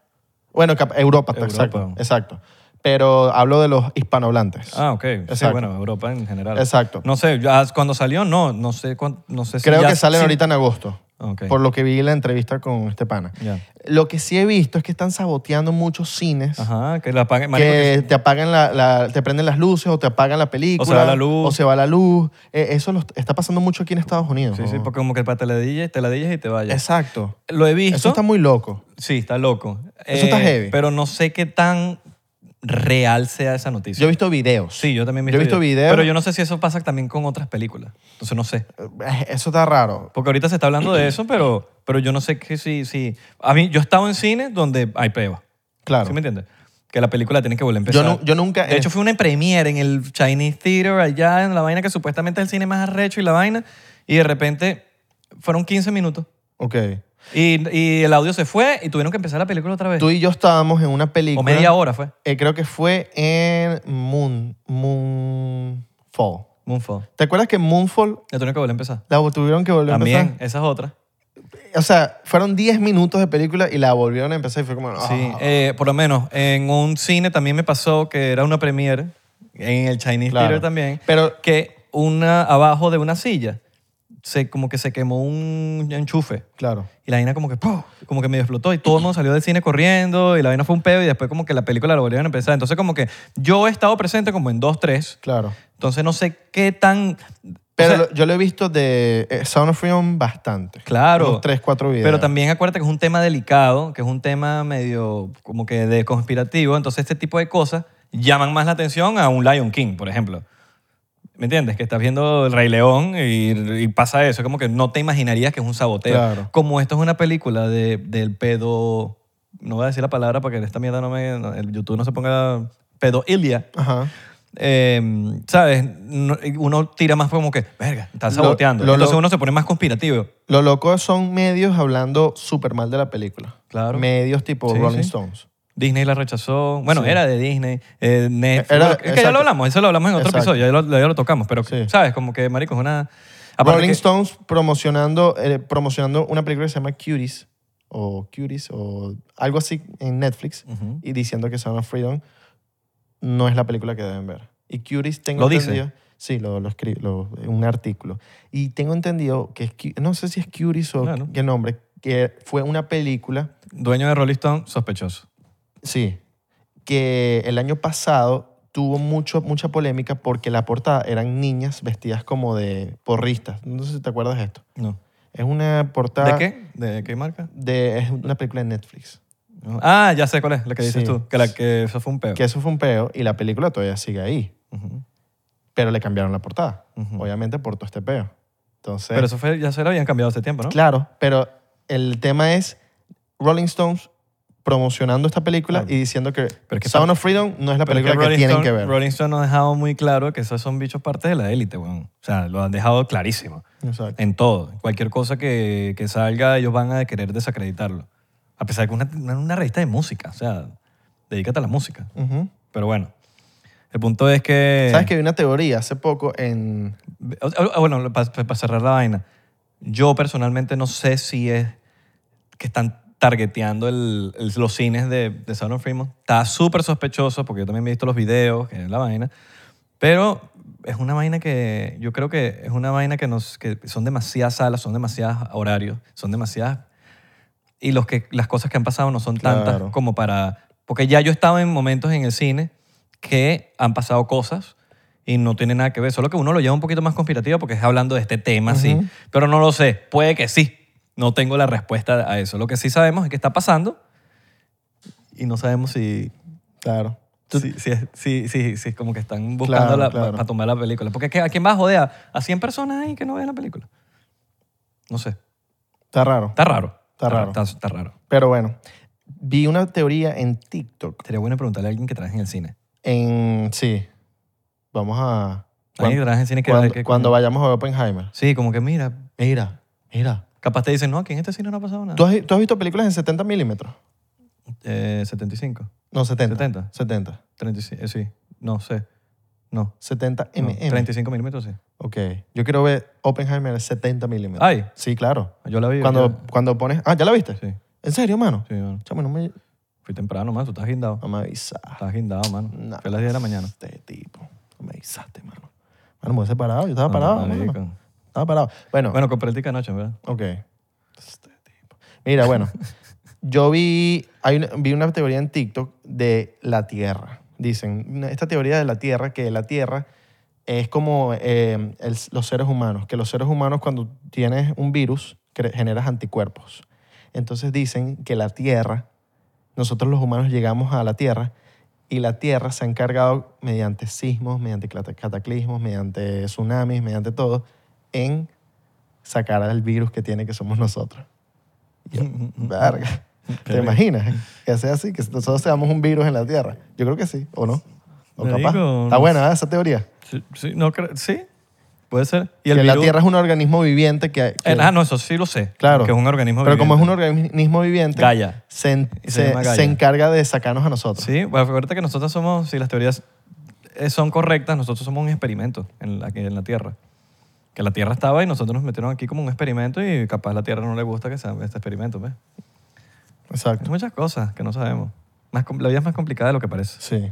S1: Bueno, cap- Europa,
S2: Europa.
S1: exacto. exacto. pero hablo de los hispanohablantes.
S2: Ah, ok. Sí,
S1: Exacto.
S2: bueno, Europa en general.
S1: Exacto.
S2: No sé, ya cuando salió, no, no sé, cuán- no sé si
S1: Creo
S2: ya-
S1: que salen
S2: sí.
S1: ahorita en agosto,
S2: Ok,
S1: por lo que vi en la entrevista con este pana.
S2: ya.
S1: Lo que sí he visto es que están saboteando muchos cines
S2: Ajá, que la paguen. marico, que-
S1: que te apagan la, la- te prenden las luces o te apagan la película
S2: O se va la luz.
S1: o se va la luz. Eh, eso lo est- está pasando mucho aquí en Estados Unidos.
S2: Sí,
S1: ¿no?
S2: sí, porque como que para te la dilles, te la dilles y te vayas.
S1: Exacto.
S2: Lo he visto.
S1: Eso está muy loco.
S2: Sí, está loco. Eh,
S1: Eso está heavy.
S2: Pero no sé qué tan real sea esa noticia.
S1: Yo he visto videos.
S2: sí, yo también
S1: yo he visto videos.
S2: Pero yo no sé si eso pasa también con otras películas. Entonces no sé.
S1: Eh, Eso está raro.
S2: Porque ahorita se está hablando de eso, pero, pero yo no sé que si, si... A mí, yo he estado en cine donde hay pruebas.
S1: Claro.
S2: ¿Sí me entiendes? Que la película tiene que volver a
S1: yo,
S2: empezar.
S1: nu- yo eh. nunca.
S2: de hecho, fue una premiere en el Chinese Theater allá, en la vaina que supuestamente es el cine más arrecho y la vaina. Y de repente fueron 15 minutos.
S1: Ok.
S2: Y, y el audio se fue y tuvieron que empezar la película otra vez.
S1: Tú y yo estábamos en una película.
S2: o media hora fue.
S1: eh, creo que fue en Moon. Moonfall.
S2: Moonfall.
S1: ¿Te acuerdas que Moonfall
S2: Ya tuvieron que volver a empezar.
S1: la tuvieron que volver a
S2: También,
S1: empezar?
S2: esa es otra.
S1: O sea, fueron 10 minutos de película y la volvieron a empezar y fue como. ah.
S2: Sí, eh, por lo menos en un cine también me pasó que era una premiere, en el Chinese
S1: Claro.
S2: Theater también,
S1: Pero
S2: que una abajo de una silla se, como que se quemó un enchufe
S1: Claro.
S2: y la vaina como que ¡puf! como que medio explotó y todo el mundo salió del cine corriendo y la vaina fue un pedo y después como que la película la volvieron a empezar. Entonces como que yo he estado presente como en dos, tres,
S1: Claro.
S2: entonces no sé qué tan... o
S1: Pero
S2: sea,
S1: lo- yo lo he visto de eh, Sound of Freedom bastante.
S2: Claro.
S1: Unos tres, cuatro videos.
S2: Pero también acuérdate que es un tema delicado, que es un tema medio como que de conspirativo. Entonces, este tipo de cosas llaman más la atención a un Lion King, por ejemplo. ¿Me entiendes? Que estás viendo El Rey León y, y pasa eso. Como que no te imaginarías que es un saboteo.
S1: Claro.
S2: Como esto es una película de, del pedo. No voy a decir la palabra para que esta mierda no me. no, el YouTube no se ponga pedoilia.
S1: Ajá.
S2: Eh, ¿Sabes? No- uno tira más como que, verga, están
S1: Lo-
S2: saboteando.
S1: lo- lo-
S2: Entonces uno se pone más conspirativo.
S1: Lo loco son medios hablando súper mal de la película.
S2: Claro.
S1: Medios tipo
S2: Sí,
S1: Rolling
S2: sí.
S1: Stones.
S2: Disney la rechazó. Bueno,
S1: Sí.
S2: era de Disney. eh, Netflix.
S1: Era-
S2: Bueno, es que ya
S1: exacto.
S2: lo hablamos, eso lo hablamos en otro
S1: Exacto.
S2: episodio, ya lo, ya lo tocamos, pero
S1: Sí.
S2: ¿sabes? Como que, marico, es una... aparte
S1: Rolling
S2: Ah, que-
S1: Stones promocionando, eh, promocionando una película que se llama Cuties o Cuties o algo así en Netflix
S2: Ujú.
S1: y diciendo que Sound of Freedom no es la película que deben ver. Y Cuties tengo
S2: ¿Lo dice?
S1: entendido... Sí, lo, lo escribí, lo- un artículo. Y tengo entendido que es, Cu- no sé si es Cuties o
S2: Claro.
S1: qué nombre, que fue una película
S2: Dueño de Rolling Stone, sospechoso.
S1: Sí. Que el año pasado tuvo mucho, mucha polémica porque la portada eran niñas vestidas como de porristas. No sé si te acuerdas de esto.
S2: No.
S1: Es una portada.
S2: ¿De qué? ¿De qué marca?
S1: de- es una película de Netflix.
S2: No. Ah, ya sé cuál es, la que dices
S1: Sí.
S2: tú, que, la que eso fue un peo.
S1: Que eso fue un peo y la película todavía sigue ahí.
S2: Ujú.
S1: Pero le cambiaron la portada.
S2: Ujú.
S1: Obviamente por todo este peo. Entonces.
S2: Pero eso fue, ya se lo habían cambiado hace tiempo, ¿no?
S1: Claro, pero el tema es Rolling Stones promocionando esta película
S2: Claro.
S1: y diciendo que
S2: es que
S1: Sound of Freedom no es la
S2: Pero es
S1: película que,
S2: Rolling
S1: tienen
S2: Stone-
S1: que ver.
S2: Rolling Stone nos ha dejado muy claro que esos son bichos parte de la élite, weón. O sea, lo han dejado clarísimo.
S1: Exacto.
S2: En todo. Cualquier cosa que, que salga, ellos van a querer desacreditarlo. A pesar de que es una, una revista de música. O sea, dedícate a la música.
S1: Ujú.
S2: Pero bueno, el punto es que...
S1: ¿Sabes que vi una teoría hace poco en...
S2: o- o- o Bueno, para cerrar la vaina. Yo personalmente no sé si es que están targeteando el- el- los cines de, de Sound of Fremont. Está súper sospechoso porque yo también he visto los videos, que es la vaina. Pero es una vaina que yo creo que es una vaina que, nos, que son demasiadas salas, son demasiados horarios, son demasiadas... Y los que, las cosas que han pasado no son
S1: Claro.
S2: tantas como para... Porque ya yo he estado en momentos en el cine que han pasado cosas y no tiene nada que ver. Solo que uno lo lleva un poquito más conspirativo porque es hablando de este tema,
S1: Ujú.
S2: sí. Pero no lo sé. Puede que sí. No tengo la respuesta a eso. Lo que sí sabemos es que está pasando y no sabemos si
S1: Claro.
S2: Sí, sí, es- sí, sí, sí, es como que están buscando
S1: Claro,
S2: la-
S1: claro.
S2: pa- para tomar la película. Porque es que, ¿a quién va a joder? ¿A- ¿A 100 personas ahí que no vean la película? No sé.
S1: Está raro.
S2: Está raro.
S1: Está raro.
S2: Está, está raro.
S1: Pero bueno, vi una teoría en TikTok.
S2: Sería bueno preguntarle a alguien que trabaje en el cine.
S1: En... Sí. Vamos a...
S2: Alguien
S1: Cuando,
S2: que trabaje en el cine que...
S1: cuando-
S2: que-
S1: cuando vayamos a Oppenheimer.
S2: Sí, como que mira, eh,
S1: Mira, mira.
S2: capaz te dicen, no, aquí en este cine no ha pasado nada.
S1: ¿Tú has, tú has visto películas en 70 milímetros?
S2: Eh, 75,
S1: No, 70.
S2: 70.
S1: 70.
S2: 35, eh, sí, no sé. No,
S1: 70
S2: no,
S1: mm.
S2: 35 milímetros, sí.
S1: Ok. Yo quiero ver Oppenheimer en 70 milímetros.
S2: Ay,
S1: Sí, claro.
S2: yo la vi.
S1: Cuando,
S2: ya.
S1: cuando pones... Ah, ¿ya la viste?
S2: Sí,
S1: ¿En serio, mano?
S2: sí, bueno.
S1: Chamo, no me...
S2: Fui temprano, mano. Tú estás guindado.
S1: No me avisaste.
S2: Estás guindado, mano.
S1: No.
S2: Fue a las 10 de la mañana.
S1: Este tipo. No me avisaste, mano. Mano, me hubiese parado. Yo estaba
S2: No,
S1: parado.
S2: marico.
S1: mano. Estaba parado. Bueno,
S2: Bueno, compré el ticket anoche, ¿verdad?
S1: ok. Este tipo. Mira, bueno. yo vi, hay una- vi una teoría en TikTok de la Tierra. Dicen, una- esta teoría de la Tierra, que la Tierra es como eh, el- los seres humanos. Que los seres humanos cuando tienes un virus, cre- generas anticuerpos. Entonces dicen que la Tierra nosotros los humanos llegamos a la Tierra y la Tierra se ha encargado mediante sismos, mediante clat- cataclismos, mediante tsunamis, mediante todo, en sacar al virus que tiene que somos nosotros. Yo, verga. ¿Te
S2: Verga.
S1: imaginas que sea así? Que nosotros seamos un virus en la Tierra. Yo creo que sí, ¿o no? ¿O
S2: Marico,
S1: capaz? Está
S2: no
S1: buena ¿eh? esa teoría.
S2: Sí, sí, no creo- sí, puede ser. Y
S1: Que
S2: el
S1: la
S2: virus-
S1: Tierra es un organismo viviente que... que-
S2: Eh, ah, no, eso sí lo sé.
S1: Claro.
S2: Que es un organismo
S1: Pero como es un
S2: viviente.
S1: organismo viviente,
S2: Gaia.
S1: se, en-
S2: Y se
S1: se-
S2: llama Gaia.
S1: se encarga de sacarnos a nosotros.
S2: Sí, bueno, acuérdate que nosotros somos, si las teorías eh, son correctas, nosotros somos un experimento en la, aquí en la Tierra. Que la Tierra estaba y nosotros nos metieron aquí como un experimento y capaz la Tierra no le gusta que sea este experimento. ¿ves?
S1: Exacto.
S2: Hay muchas cosas que no sabemos. Más, com- la vida es más complicada de lo que parece.
S1: Sí.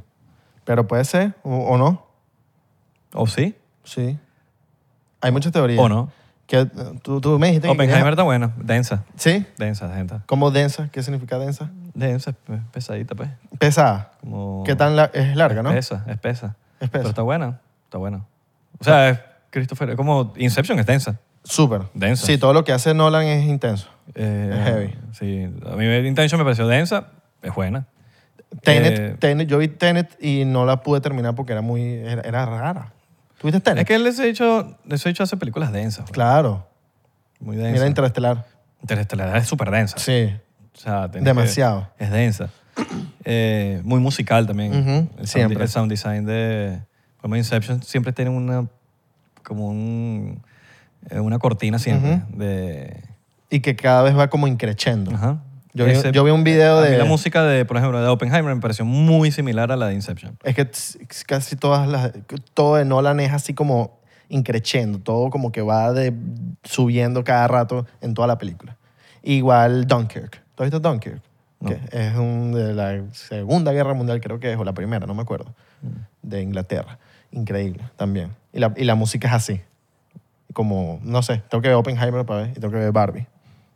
S1: Pero puede ser, o, o no.
S2: ¿O sí?
S1: Sí. Hay muchas teorías.
S2: ¿O no?
S1: Que, eh, tú, tú me dijiste que
S2: Oppenheimer
S1: querías-
S2: está buena. Densa.
S1: Sí.
S2: Densa, densa.
S1: ¿Cómo densa? ¿Qué significa densa?
S2: Densa, pe- pesadita, pues.
S1: Pesada.
S2: Como...
S1: ¿Qué tan la- es larga, no?
S2: Espesa, espesa. Pero
S1: Espesa.
S2: está buena, está buena. O sea, es Christopher, es como Inception es densa.
S1: Súper.
S2: Densa.
S1: Sí, todo lo que hace Nolan es intenso.
S2: Eh,
S1: Es heavy.
S2: Sí, a mí Intention me pareció densa, es buena.
S1: Tenet,
S2: Eh,
S1: Tenet- yo vi Tenet y no la pude terminar porque era muy, era, era rara. ¿Tuviste Tenet?
S2: Es que él les ha hecho, les ha hecho hacer películas densas. güey.
S1: Claro.
S2: Muy
S1: Mira
S2: densas.
S1: Interestelar.
S2: Interestelar es súper densa.
S1: Sí.
S2: O sea, tenés
S1: Demasiado.
S2: que- es densa. Eh, muy musical también.
S1: Ujú,
S2: el sound,
S1: siempre.
S2: El sound design de como Inception siempre tiene una como un, eh, una cortina siempre de
S1: Y que cada vez va como increchendo.
S2: Ajá.
S1: Yo vi- yo vi un video
S2: a mí
S1: de-
S2: La música de, por ejemplo, de Oppenheimer me pareció muy similar a la de Inception.
S1: Es que t- casi todas las. Todo de Nolan es así como increchendo, todo como que va de, subiendo cada rato en toda la película. Igual Dunkirk. ¿Tú has visto Dunkirk?
S2: No.
S1: Que es un de la Segunda Guerra Mundial, creo que es, o la Primera, no me acuerdo,
S2: Mm.
S1: de Inglaterra. Increíble también. Y la, y la música es así. Como, no sé, tengo que ver Oppenheimer para ver y tengo que ver Barbie.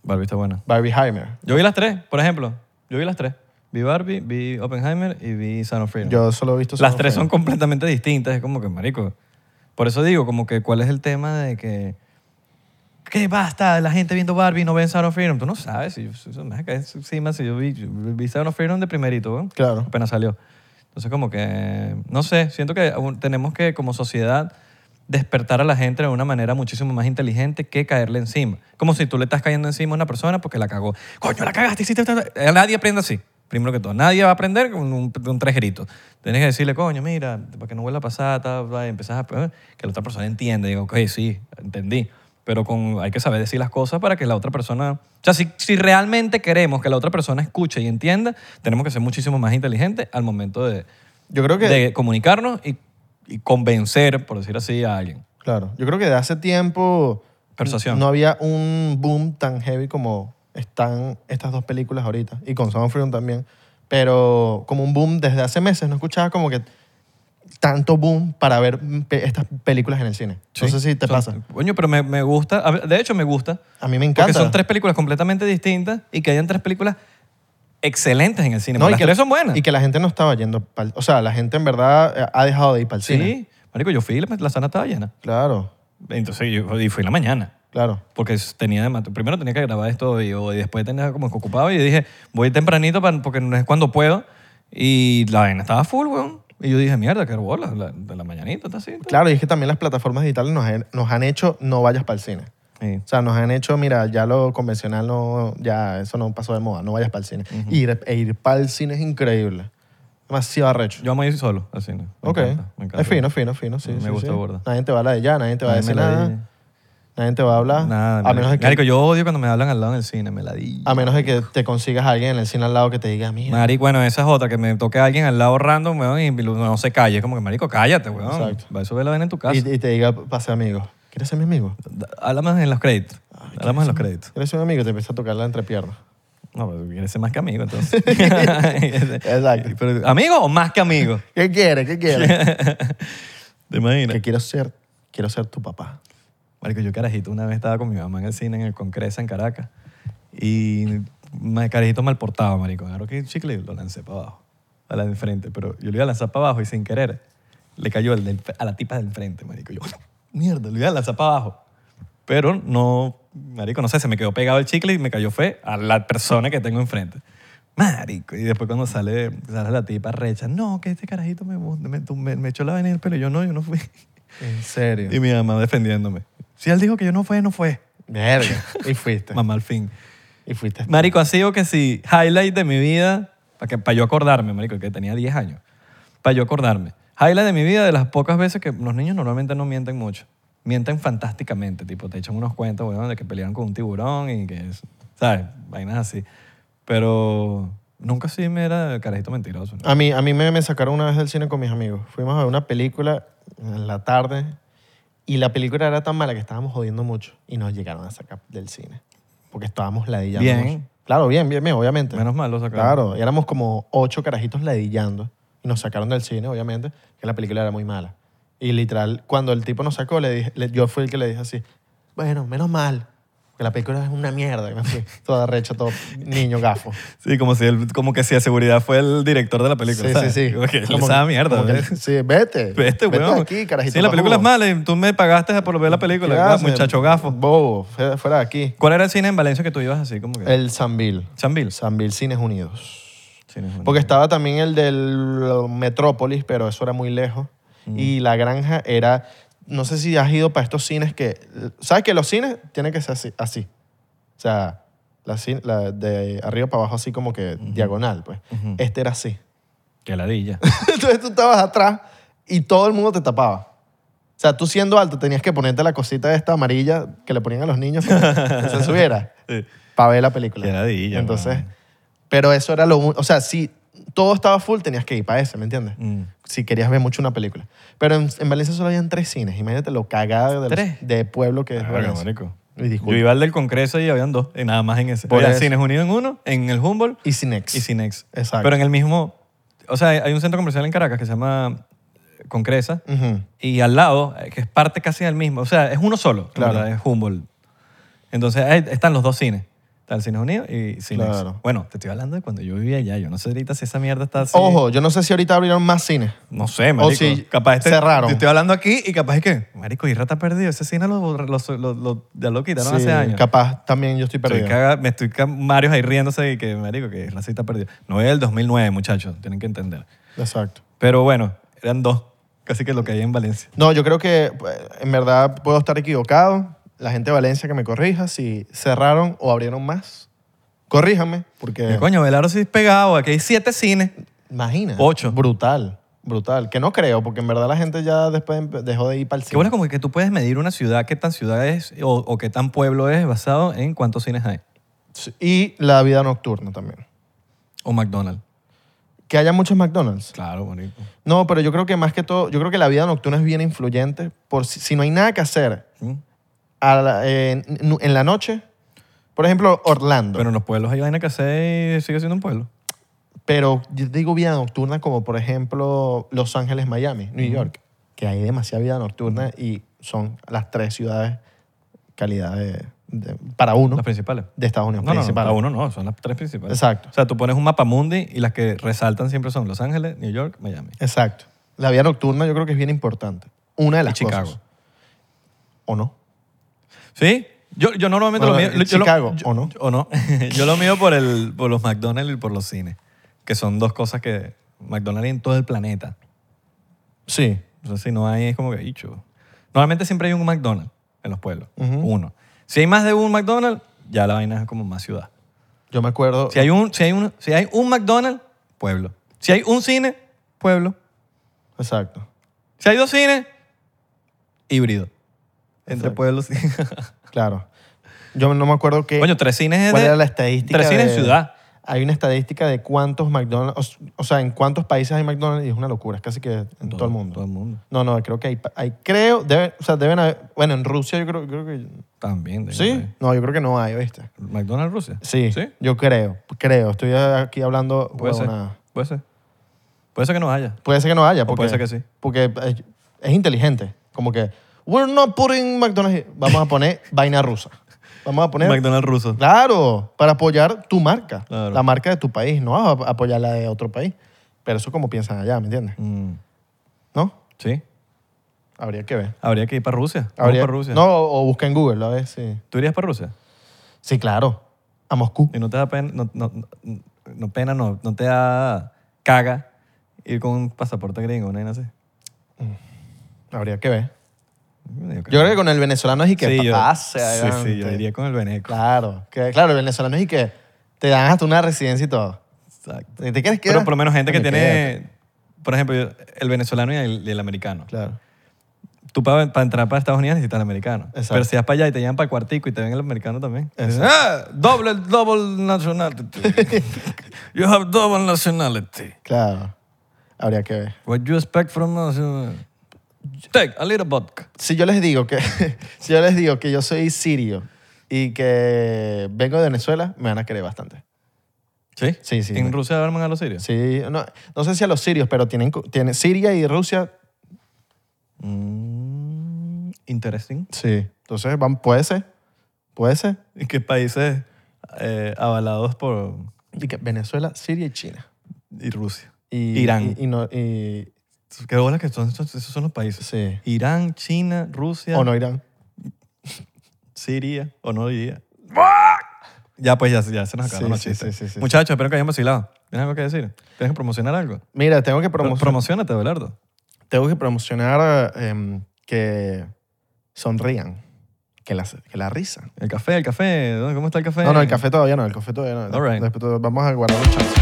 S2: Barbie está buena.
S1: Barbie Heimer.
S2: Yo vi las tres, por ejemplo. Yo vi las tres. Vi Barbie, vi Oppenheimer y vi Son of Freedom.
S1: Yo solo he visto...
S2: las
S1: Sound of
S2: tres son
S1: Freedom.
S2: completamente distintas. Es como que, marico. Por eso digo, como que, ¿cuál es el tema de que. ¿Qué basta? La gente viendo Barbie y no ven Son of Freedom. Tú no sabes. Si yo, si- si- me cae encima si yo vi, yo vi Son of Freedom de primerito, weón.
S1: Claro.
S2: apenas salió. Entonces, como que, no sé, siento que aún tenemos que, como sociedad, despertar a la gente de una manera muchísimo más inteligente que caerle encima. Como si tú le estás cayendo encima a una persona porque la cagó. Coño, la cagaste, hiciste... esta- esta-". Eh, Nadie aprende así. Primero que todo, nadie va a aprender con un, un trejerito. Tienes que decirle, coño, mira, para que no vuelva a pasar, tal, tal, y empezás a... eh", Que la otra persona entiende. Digo, ok, sí, entendí. Pero con, hay que saber decir las cosas para que la otra persona... O sea, si, si realmente queremos que la otra persona escuche y entienda, tenemos que ser muchísimo más inteligentes al momento de,
S1: Yo creo que...
S2: de comunicarnos y, y convencer, por decir así, a alguien.
S1: Claro, yo creo que de hace tiempo
S2: Persuasión.
S1: no había un boom tan heavy como están estas dos películas ahorita y con Sound of Freedom también, pero como un boom desde hace meses, no escuchaba como que tanto boom para ver pe- estas películas en el cine.
S2: Sí.
S1: No sé si te
S2: Son-
S1: pasa.
S2: Coño, pero me, me gusta. a ver, De hecho, me gusta.
S1: A mí me
S2: Porque
S1: encanta.
S2: son tres películas completamente distintas y que hayan tres películas excelentes en el cine.
S1: No,
S2: porque
S1: y
S2: las
S1: que-
S2: tres son buenas.
S1: Y que la gente no estaba yendo pa'l- O sea, la gente en verdad eh, ha dejado de ir para el
S2: sí.
S1: cine.
S2: Marico, yo fui y la, la sala estaba llena.
S1: Claro,
S2: Entonces, yo y fui en la mañana.
S1: claro.
S2: Porque tenía, además- primero tenía que grabar esto y, oh, y después tenía como que ocupado y dije, voy tempranito pa- porque no es cuando puedo. Y la vaina estaba full, weón. Y yo dije, mierda, qué bola, la, de la mañanita está así.
S1: Claro, y es que también las plataformas digitales nos, han- nos han hecho no vayas para el cine.
S2: Sí.
S1: O sea, nos han hecho, mira, ya lo convencional no, ya eso no pasó de moda, no vayas para el cine. ir, e ir para el cine es increíble. Demasiado arrecho.
S2: Yo amo ir solo al cine. Me
S1: ok.
S2: encanta, me encanta.
S1: Es fino, fino, fino, sí.
S2: Me
S1: sí,
S2: gusta
S1: sí.
S2: burda.
S1: Nadie te va a la de ya, nadie te va a
S2: Ay,
S1: decir
S2: me la
S1: nada.
S2: di.
S1: Nadie te va a hablar.
S2: Nada,
S1: a,
S2: me-
S1: menos de que, Ah,
S2: Marico, yo odio cuando me hablan al lado en el cine, me la di.
S1: a menos de que te consigas a alguien en el cine al lado que te diga, mira.
S2: Marico, bueno, esa es otra, que me toque a alguien al lado random, weón, y no se calle. Es como que, marico, cállate, weón.
S1: Exacto.
S2: Va a eso ve la vaina en tu casa.
S1: Y, y te diga, pase amigo. ¿Quieres ser mi amigo?
S2: Háblame en los créditos. Háblame en los créditos.
S1: ¿Quieres ser mi amigo? Te empieza a tocar la entrepierna.
S2: No, pero quiere ser más que amigo, entonces.
S1: Exacto.
S2: Pero, ¿Amigo o más que amigo?
S1: ¿Qué quieres? ¿Qué quieres?
S2: ¿Te imaginas?
S1: que quiero ser, quiero ser tu papá.
S2: Marico, yo carajito una vez estaba con mi mamá en el cine, en el Concresa, en Caracas. Y ma- carajito mal portado, marico. Agarró que un chicle y lo lancé para abajo, a la de enfrente. Pero yo lo iba a lanzar para abajo y sin querer le cayó al del- a la tipa del enfrente, marico. Yo, mierda, lo iba a lanzar para abajo. Pero no, marico, no sé, se me quedó pegado el chicle y me cayó fue a la persona que tengo enfrente. Marico, y después cuando sale, sale la tipa recha, no, que este carajito me, me, me, me echó la vaina en el pelo. Y yo, no, yo no fui.
S1: En serio.
S2: Y mi mamá defendiéndome. Si él dijo que yo no fue, no fue.
S1: Verga. Y fuiste.
S2: Mamá, al fin.
S1: y fuiste.
S2: Marico, ha sido que si highlight de mi vida, para yo acordarme, marico, que tenía 10 años, para yo acordarme. Highlight de mi vida de las pocas veces que los niños normalmente no mienten mucho. Mienten fantásticamente, tipo, te echan unos cuentos, weón, de que pelearon con un tiburón y que, es- ¿sabes? Vainas así. Pero nunca sí me era el carajito mentiroso. ¿no?
S1: A mí, a mí me, me sacaron una vez del cine con mis amigos. Fuimos a ver una película en la tarde y la película era tan mala que estábamos jodiendo mucho y nos llegaron a sacar del cine porque estábamos ladillando.
S2: Bien.
S1: mucho. Claro, bien, bien, bien, obviamente.
S2: Menos mal lo sacaron.
S1: Claro, y éramos como ocho carajitos ladillando y nos sacaron del cine, obviamente, que la película era muy mala. Y literal, cuando el tipo nos sacó, le dije, le- yo fui el que le dije así, bueno, menos mal, que la película es una mierda. Y me fui toda recha, todo niño gafo.
S2: Sí, como, si el- como que si de seguridad fue el director de la película.
S1: Sí,
S2: ¿sabes?
S1: sí, sí.
S2: Como que
S1: Como
S2: esa
S1: que-
S2: mierda. ¿eh?
S1: como que-
S2: ¿ves?
S1: sí, vete. vete
S2: Vete, weón.
S1: aquí, carajito.
S2: este Sí, la película es
S1: pajudo.
S2: mala y tú me pagaste por ver la película,
S1: ¿Qué
S2: ¿verdad?
S1: haces?
S2: muchacho gafo.
S1: Bobo, fe- fuera de aquí.
S2: ¿Cuál era el cine en Valencia que tú ibas así como que?
S1: El Sanville.
S2: Sanville.
S1: Sanville Cines Unidos.
S2: Cine Unido.
S1: Porque estaba también el del Metrópolis, pero eso era muy lejos.
S2: Mm.
S1: Y la granja era. No sé si has ido para estos cines que. ¿Sabes que los cines tienen que ser así? así. O sea, la, cin- la de arriba para abajo, así como que diagonal, pues.
S2: Ujú.
S1: Este era así.
S2: Qué ladilla.
S1: Entonces tú estabas atrás y todo el mundo te tapaba. O sea, tú siendo alto tenías que ponerte la cosita esta amarilla que le ponían a los niños para que se subiera
S2: Sí.
S1: para ver la película.
S2: Qué ladilla,
S1: Entonces,
S2: man.
S1: pero eso era lo un- O sea, si todo estaba full tenías que ir para ese, ¿me entiendes?
S2: Mm.
S1: Si querías ver mucho una película. Pero en, en Valencia solo habían tres cines. Imagínate lo cagado de, los-
S2: ¿Tres?
S1: de pueblo que es
S2: Verga,
S1: Valencia.
S2: marico.
S1: Y disculpa.
S2: Yo iba al del Congreso y habían dos, y nada más en ese.
S1: Por
S2: Había
S1: eso.
S2: Cines Unidos en uno, en el Humboldt
S1: Y Cinex.
S2: y Cinex.
S1: Exacto.
S2: Pero en el mismo, o sea, hay un centro comercial en Caracas que se llama Concresa
S1: Ujú.
S2: y al lado, eh, que es parte casi del mismo, o sea, es uno solo, en
S1: Claro.
S2: verdad, es Humboldt. Entonces ahí están los dos cines. Está el Cines Unidos y Cinex.
S1: Claro.
S2: Bueno, te estoy hablando de cuando yo vivía allá. Yo no sé ahorita si esa mierda está así.
S1: Ojo, yo no sé si ahorita abrieron más cines.
S2: No sé, marico.
S1: si
S2: capaz este,
S1: cerraron.
S2: Te estoy hablando aquí y capaz es que, marico, Irra está perdido. Ese cine lo, lo, lo- lo- ya lo quitaron
S1: Sí,
S2: hace años.
S1: Capaz también yo estoy
S2: Estoy
S1: perdido.
S2: caga- me estoy ca- Marios ahí riéndose y que, marico, que Irra sí está perdido. No es el 2009, muchachos. Tienen que entender.
S1: Exacto.
S2: Pero bueno, eran dos. Casi que lo que hay en Valencia.
S1: No, yo creo que pues, en verdad puedo estar equivocado. La gente de Valencia que me corrija si cerraron o abrieron más. Corríjame,
S2: Y
S1: porque
S2: coño, Velaro sí es pegado. Aquí hay siete cines.
S1: imagina.
S2: Ocho.
S1: Brutal, brutal. Que no creo, porque en verdad la gente ya después empe- dejó de ir para el
S2: Qué
S1: cine.
S2: bueno como que tú puedes medir una ciudad, qué tan ciudad es o, o qué tan pueblo es basado en cuántos cines hay.
S1: Sí, Y la vida nocturna también.
S2: O McDonald's.
S1: Que haya muchos McDonald's.
S2: Claro, marico.
S1: No, pero yo creo que más que todo, yo creo que la vida nocturna es bien influyente. Por si, si no hay nada que hacer
S2: ¿Mm?
S1: a la- en, en la noche, por ejemplo, Orlando.
S2: Pero en los pueblos hay vaina que hacer y sigue siendo un pueblo.
S1: Pero yo digo vida nocturna como, por ejemplo, Los Ángeles, Miami, New York, que hay demasiada vida nocturna y son las tres ciudades calidad de, de- para uno
S2: Las principales.
S1: de Estados
S2: No,
S1: Unidos.
S2: no, no,
S1: principal.
S2: cada uno no, son las tres principales.
S1: Exacto,
S2: O sea, tú pones un mapa mundi y las que resaltan siempre son Los Ángeles, New York, Miami.
S1: exacto. La vida nocturna yo creo que es bien importante. Una de las
S2: Y Chicago.
S1: cosas. ¿O no?
S2: ¿Sí? Yo, yo normalmente
S1: Bueno,
S2: lo mido.
S1: en
S2: yo lo-
S1: Chicago,
S2: yo-
S1: ¿o no?
S2: O no. yo lo mido por, el, por los McDonald's y por los cines, que son dos cosas que McDonald's hay en todo el planeta.
S1: Sí.
S2: O sea, si no hay, es como que, dicho. Normalmente siempre hay un McDonald's en los pueblos.
S1: Ujú.
S2: Uno. Si hay más de un McDonald's, ya la vaina es como más ciudad.
S1: Yo me acuerdo.
S2: Si hay un, si hay un, si hay un McDonald's, pueblo. Si hay un cine, pueblo.
S1: Exacto.
S2: Si hay dos cines, híbrido. Entre
S1: Exacto.
S2: pueblos.
S1: Claro. Yo no me acuerdo que.
S2: Coño, tres cines es
S1: ¿Cuál
S2: de-
S1: era la estadística?
S2: Tres cines
S1: de-
S2: en ciudad.
S1: hay una estadística de cuántos McDonald's, o, o sea, en cuántos países hay McDonald's y es una locura, es casi que en todo, el mundo.
S2: Todo el mundo.
S1: No, no, creo que hay, pa- hay creo, debe- o sea, deben haber, bueno, en Rusia yo creo, creo que...
S2: También. de-
S1: ¿Sí? No, yo creo que no hay, ¿viste?
S2: McDonald's Rusia.
S1: Sí,
S2: ¿Sí?
S1: yo creo, creo, estoy aquí hablando
S2: Puede ser.
S1: huevonada.
S2: Puede ser. Puede ser que no haya.
S1: Puede ser que no haya.
S2: O
S1: Porque,
S2: puede ser que sí.
S1: Porque es, es inteligente. Como que, we're not putting McDonald's. here". Vamos a poner vaina rusa. Vamos a poner.
S2: McDonald's ruso.
S1: Claro, para apoyar tu marca.
S2: Claro.
S1: La marca de tu país. No vas a apoyar la de otro país. Pero eso como piensan allá, ¿me entiendes?
S2: Mm,
S1: ¿No?
S2: sí.
S1: Habría que ver.
S2: Habría que ir para Rusia. Vamos
S1: Habría,
S2: para Rusia.
S1: No, o, o busca en Google, a ver si.
S2: ¿Tú irías para Rusia?
S1: Sí, claro. A Moscú.
S2: Y no te da pena, no, no, no- no pena, no, no te da caga ir con un pasaporte gringo, una vaina así.
S1: Habría que ver. Yo creo que con el venezolano es y que
S2: Sí, yo-
S1: pase
S2: Sí, sí, yo
S1: adelante.
S2: iría con el veneco.
S1: Claro, que, claro, el venezolano es y que te dan hasta una residencia y todo.
S2: Exacto.
S1: ¿Te te quieres quedar?
S2: Pero por lo menos gente que
S1: Coño,
S2: tiene,
S1: quédate.
S2: por ejemplo, yo- el venezolano y el, y el americano.
S1: pues. Claro.
S2: Tú para, entrar para Estados Unidos necesitas el americano.
S1: Exacto.
S2: Pero si vas para allá y te llevan para el cuartico y te ven el americano también.
S1: Exacto.
S2: Dices, "Ah, double, double nationality. you have double nationality.
S1: Claro. Habría que ver.
S2: What you expect from us? uh, Take a little vodka.
S1: Si yo les digo que, si yo les digo que yo soy sirio y que vengo de Venezuela, me van a querer bastante.
S2: ¿Sí?
S1: Sí, sí.
S2: ¿En Rusia arman a los sirios?
S1: Sí, no, no sé si a los sirios, pero tienen, cu- tienen Siria y Rusia,
S2: Mm, interesting.
S1: sí. Entonces, van, puede ser, puede ser.
S2: ¿Y qué países eh, avalados por...
S1: Y que Venezuela, Siria y China.
S2: y Rusia?
S1: Y,
S2: Irán.
S1: Y, y no, y-
S2: Qué bolas que son, esos esos son los países.
S1: sí.
S2: Irán, China, Rusia,
S1: O no Irán.
S2: Siria, o no Siria. Ya, pues ya, ya se nos acabaron
S1: Sí,
S2: los
S1: sí,
S2: chistes.
S1: sí, sí, sí.
S2: Muchachos, espero que hayan vacilado. ¿Tienes algo que decir? ¿Tienes que promocionar algo?
S1: Mira, tengo que
S2: Pro-
S1: promocionar.
S2: Promocionate, Belardo.
S1: tengo que promocionar em, que sonrían, que la, que la risa.
S2: El café, el café. ¿Dónde- ¿Cómo está el café?
S1: No, no, el café todavía no, el café todavía no.
S2: All right.
S1: Después to- vamos a guardar un chance.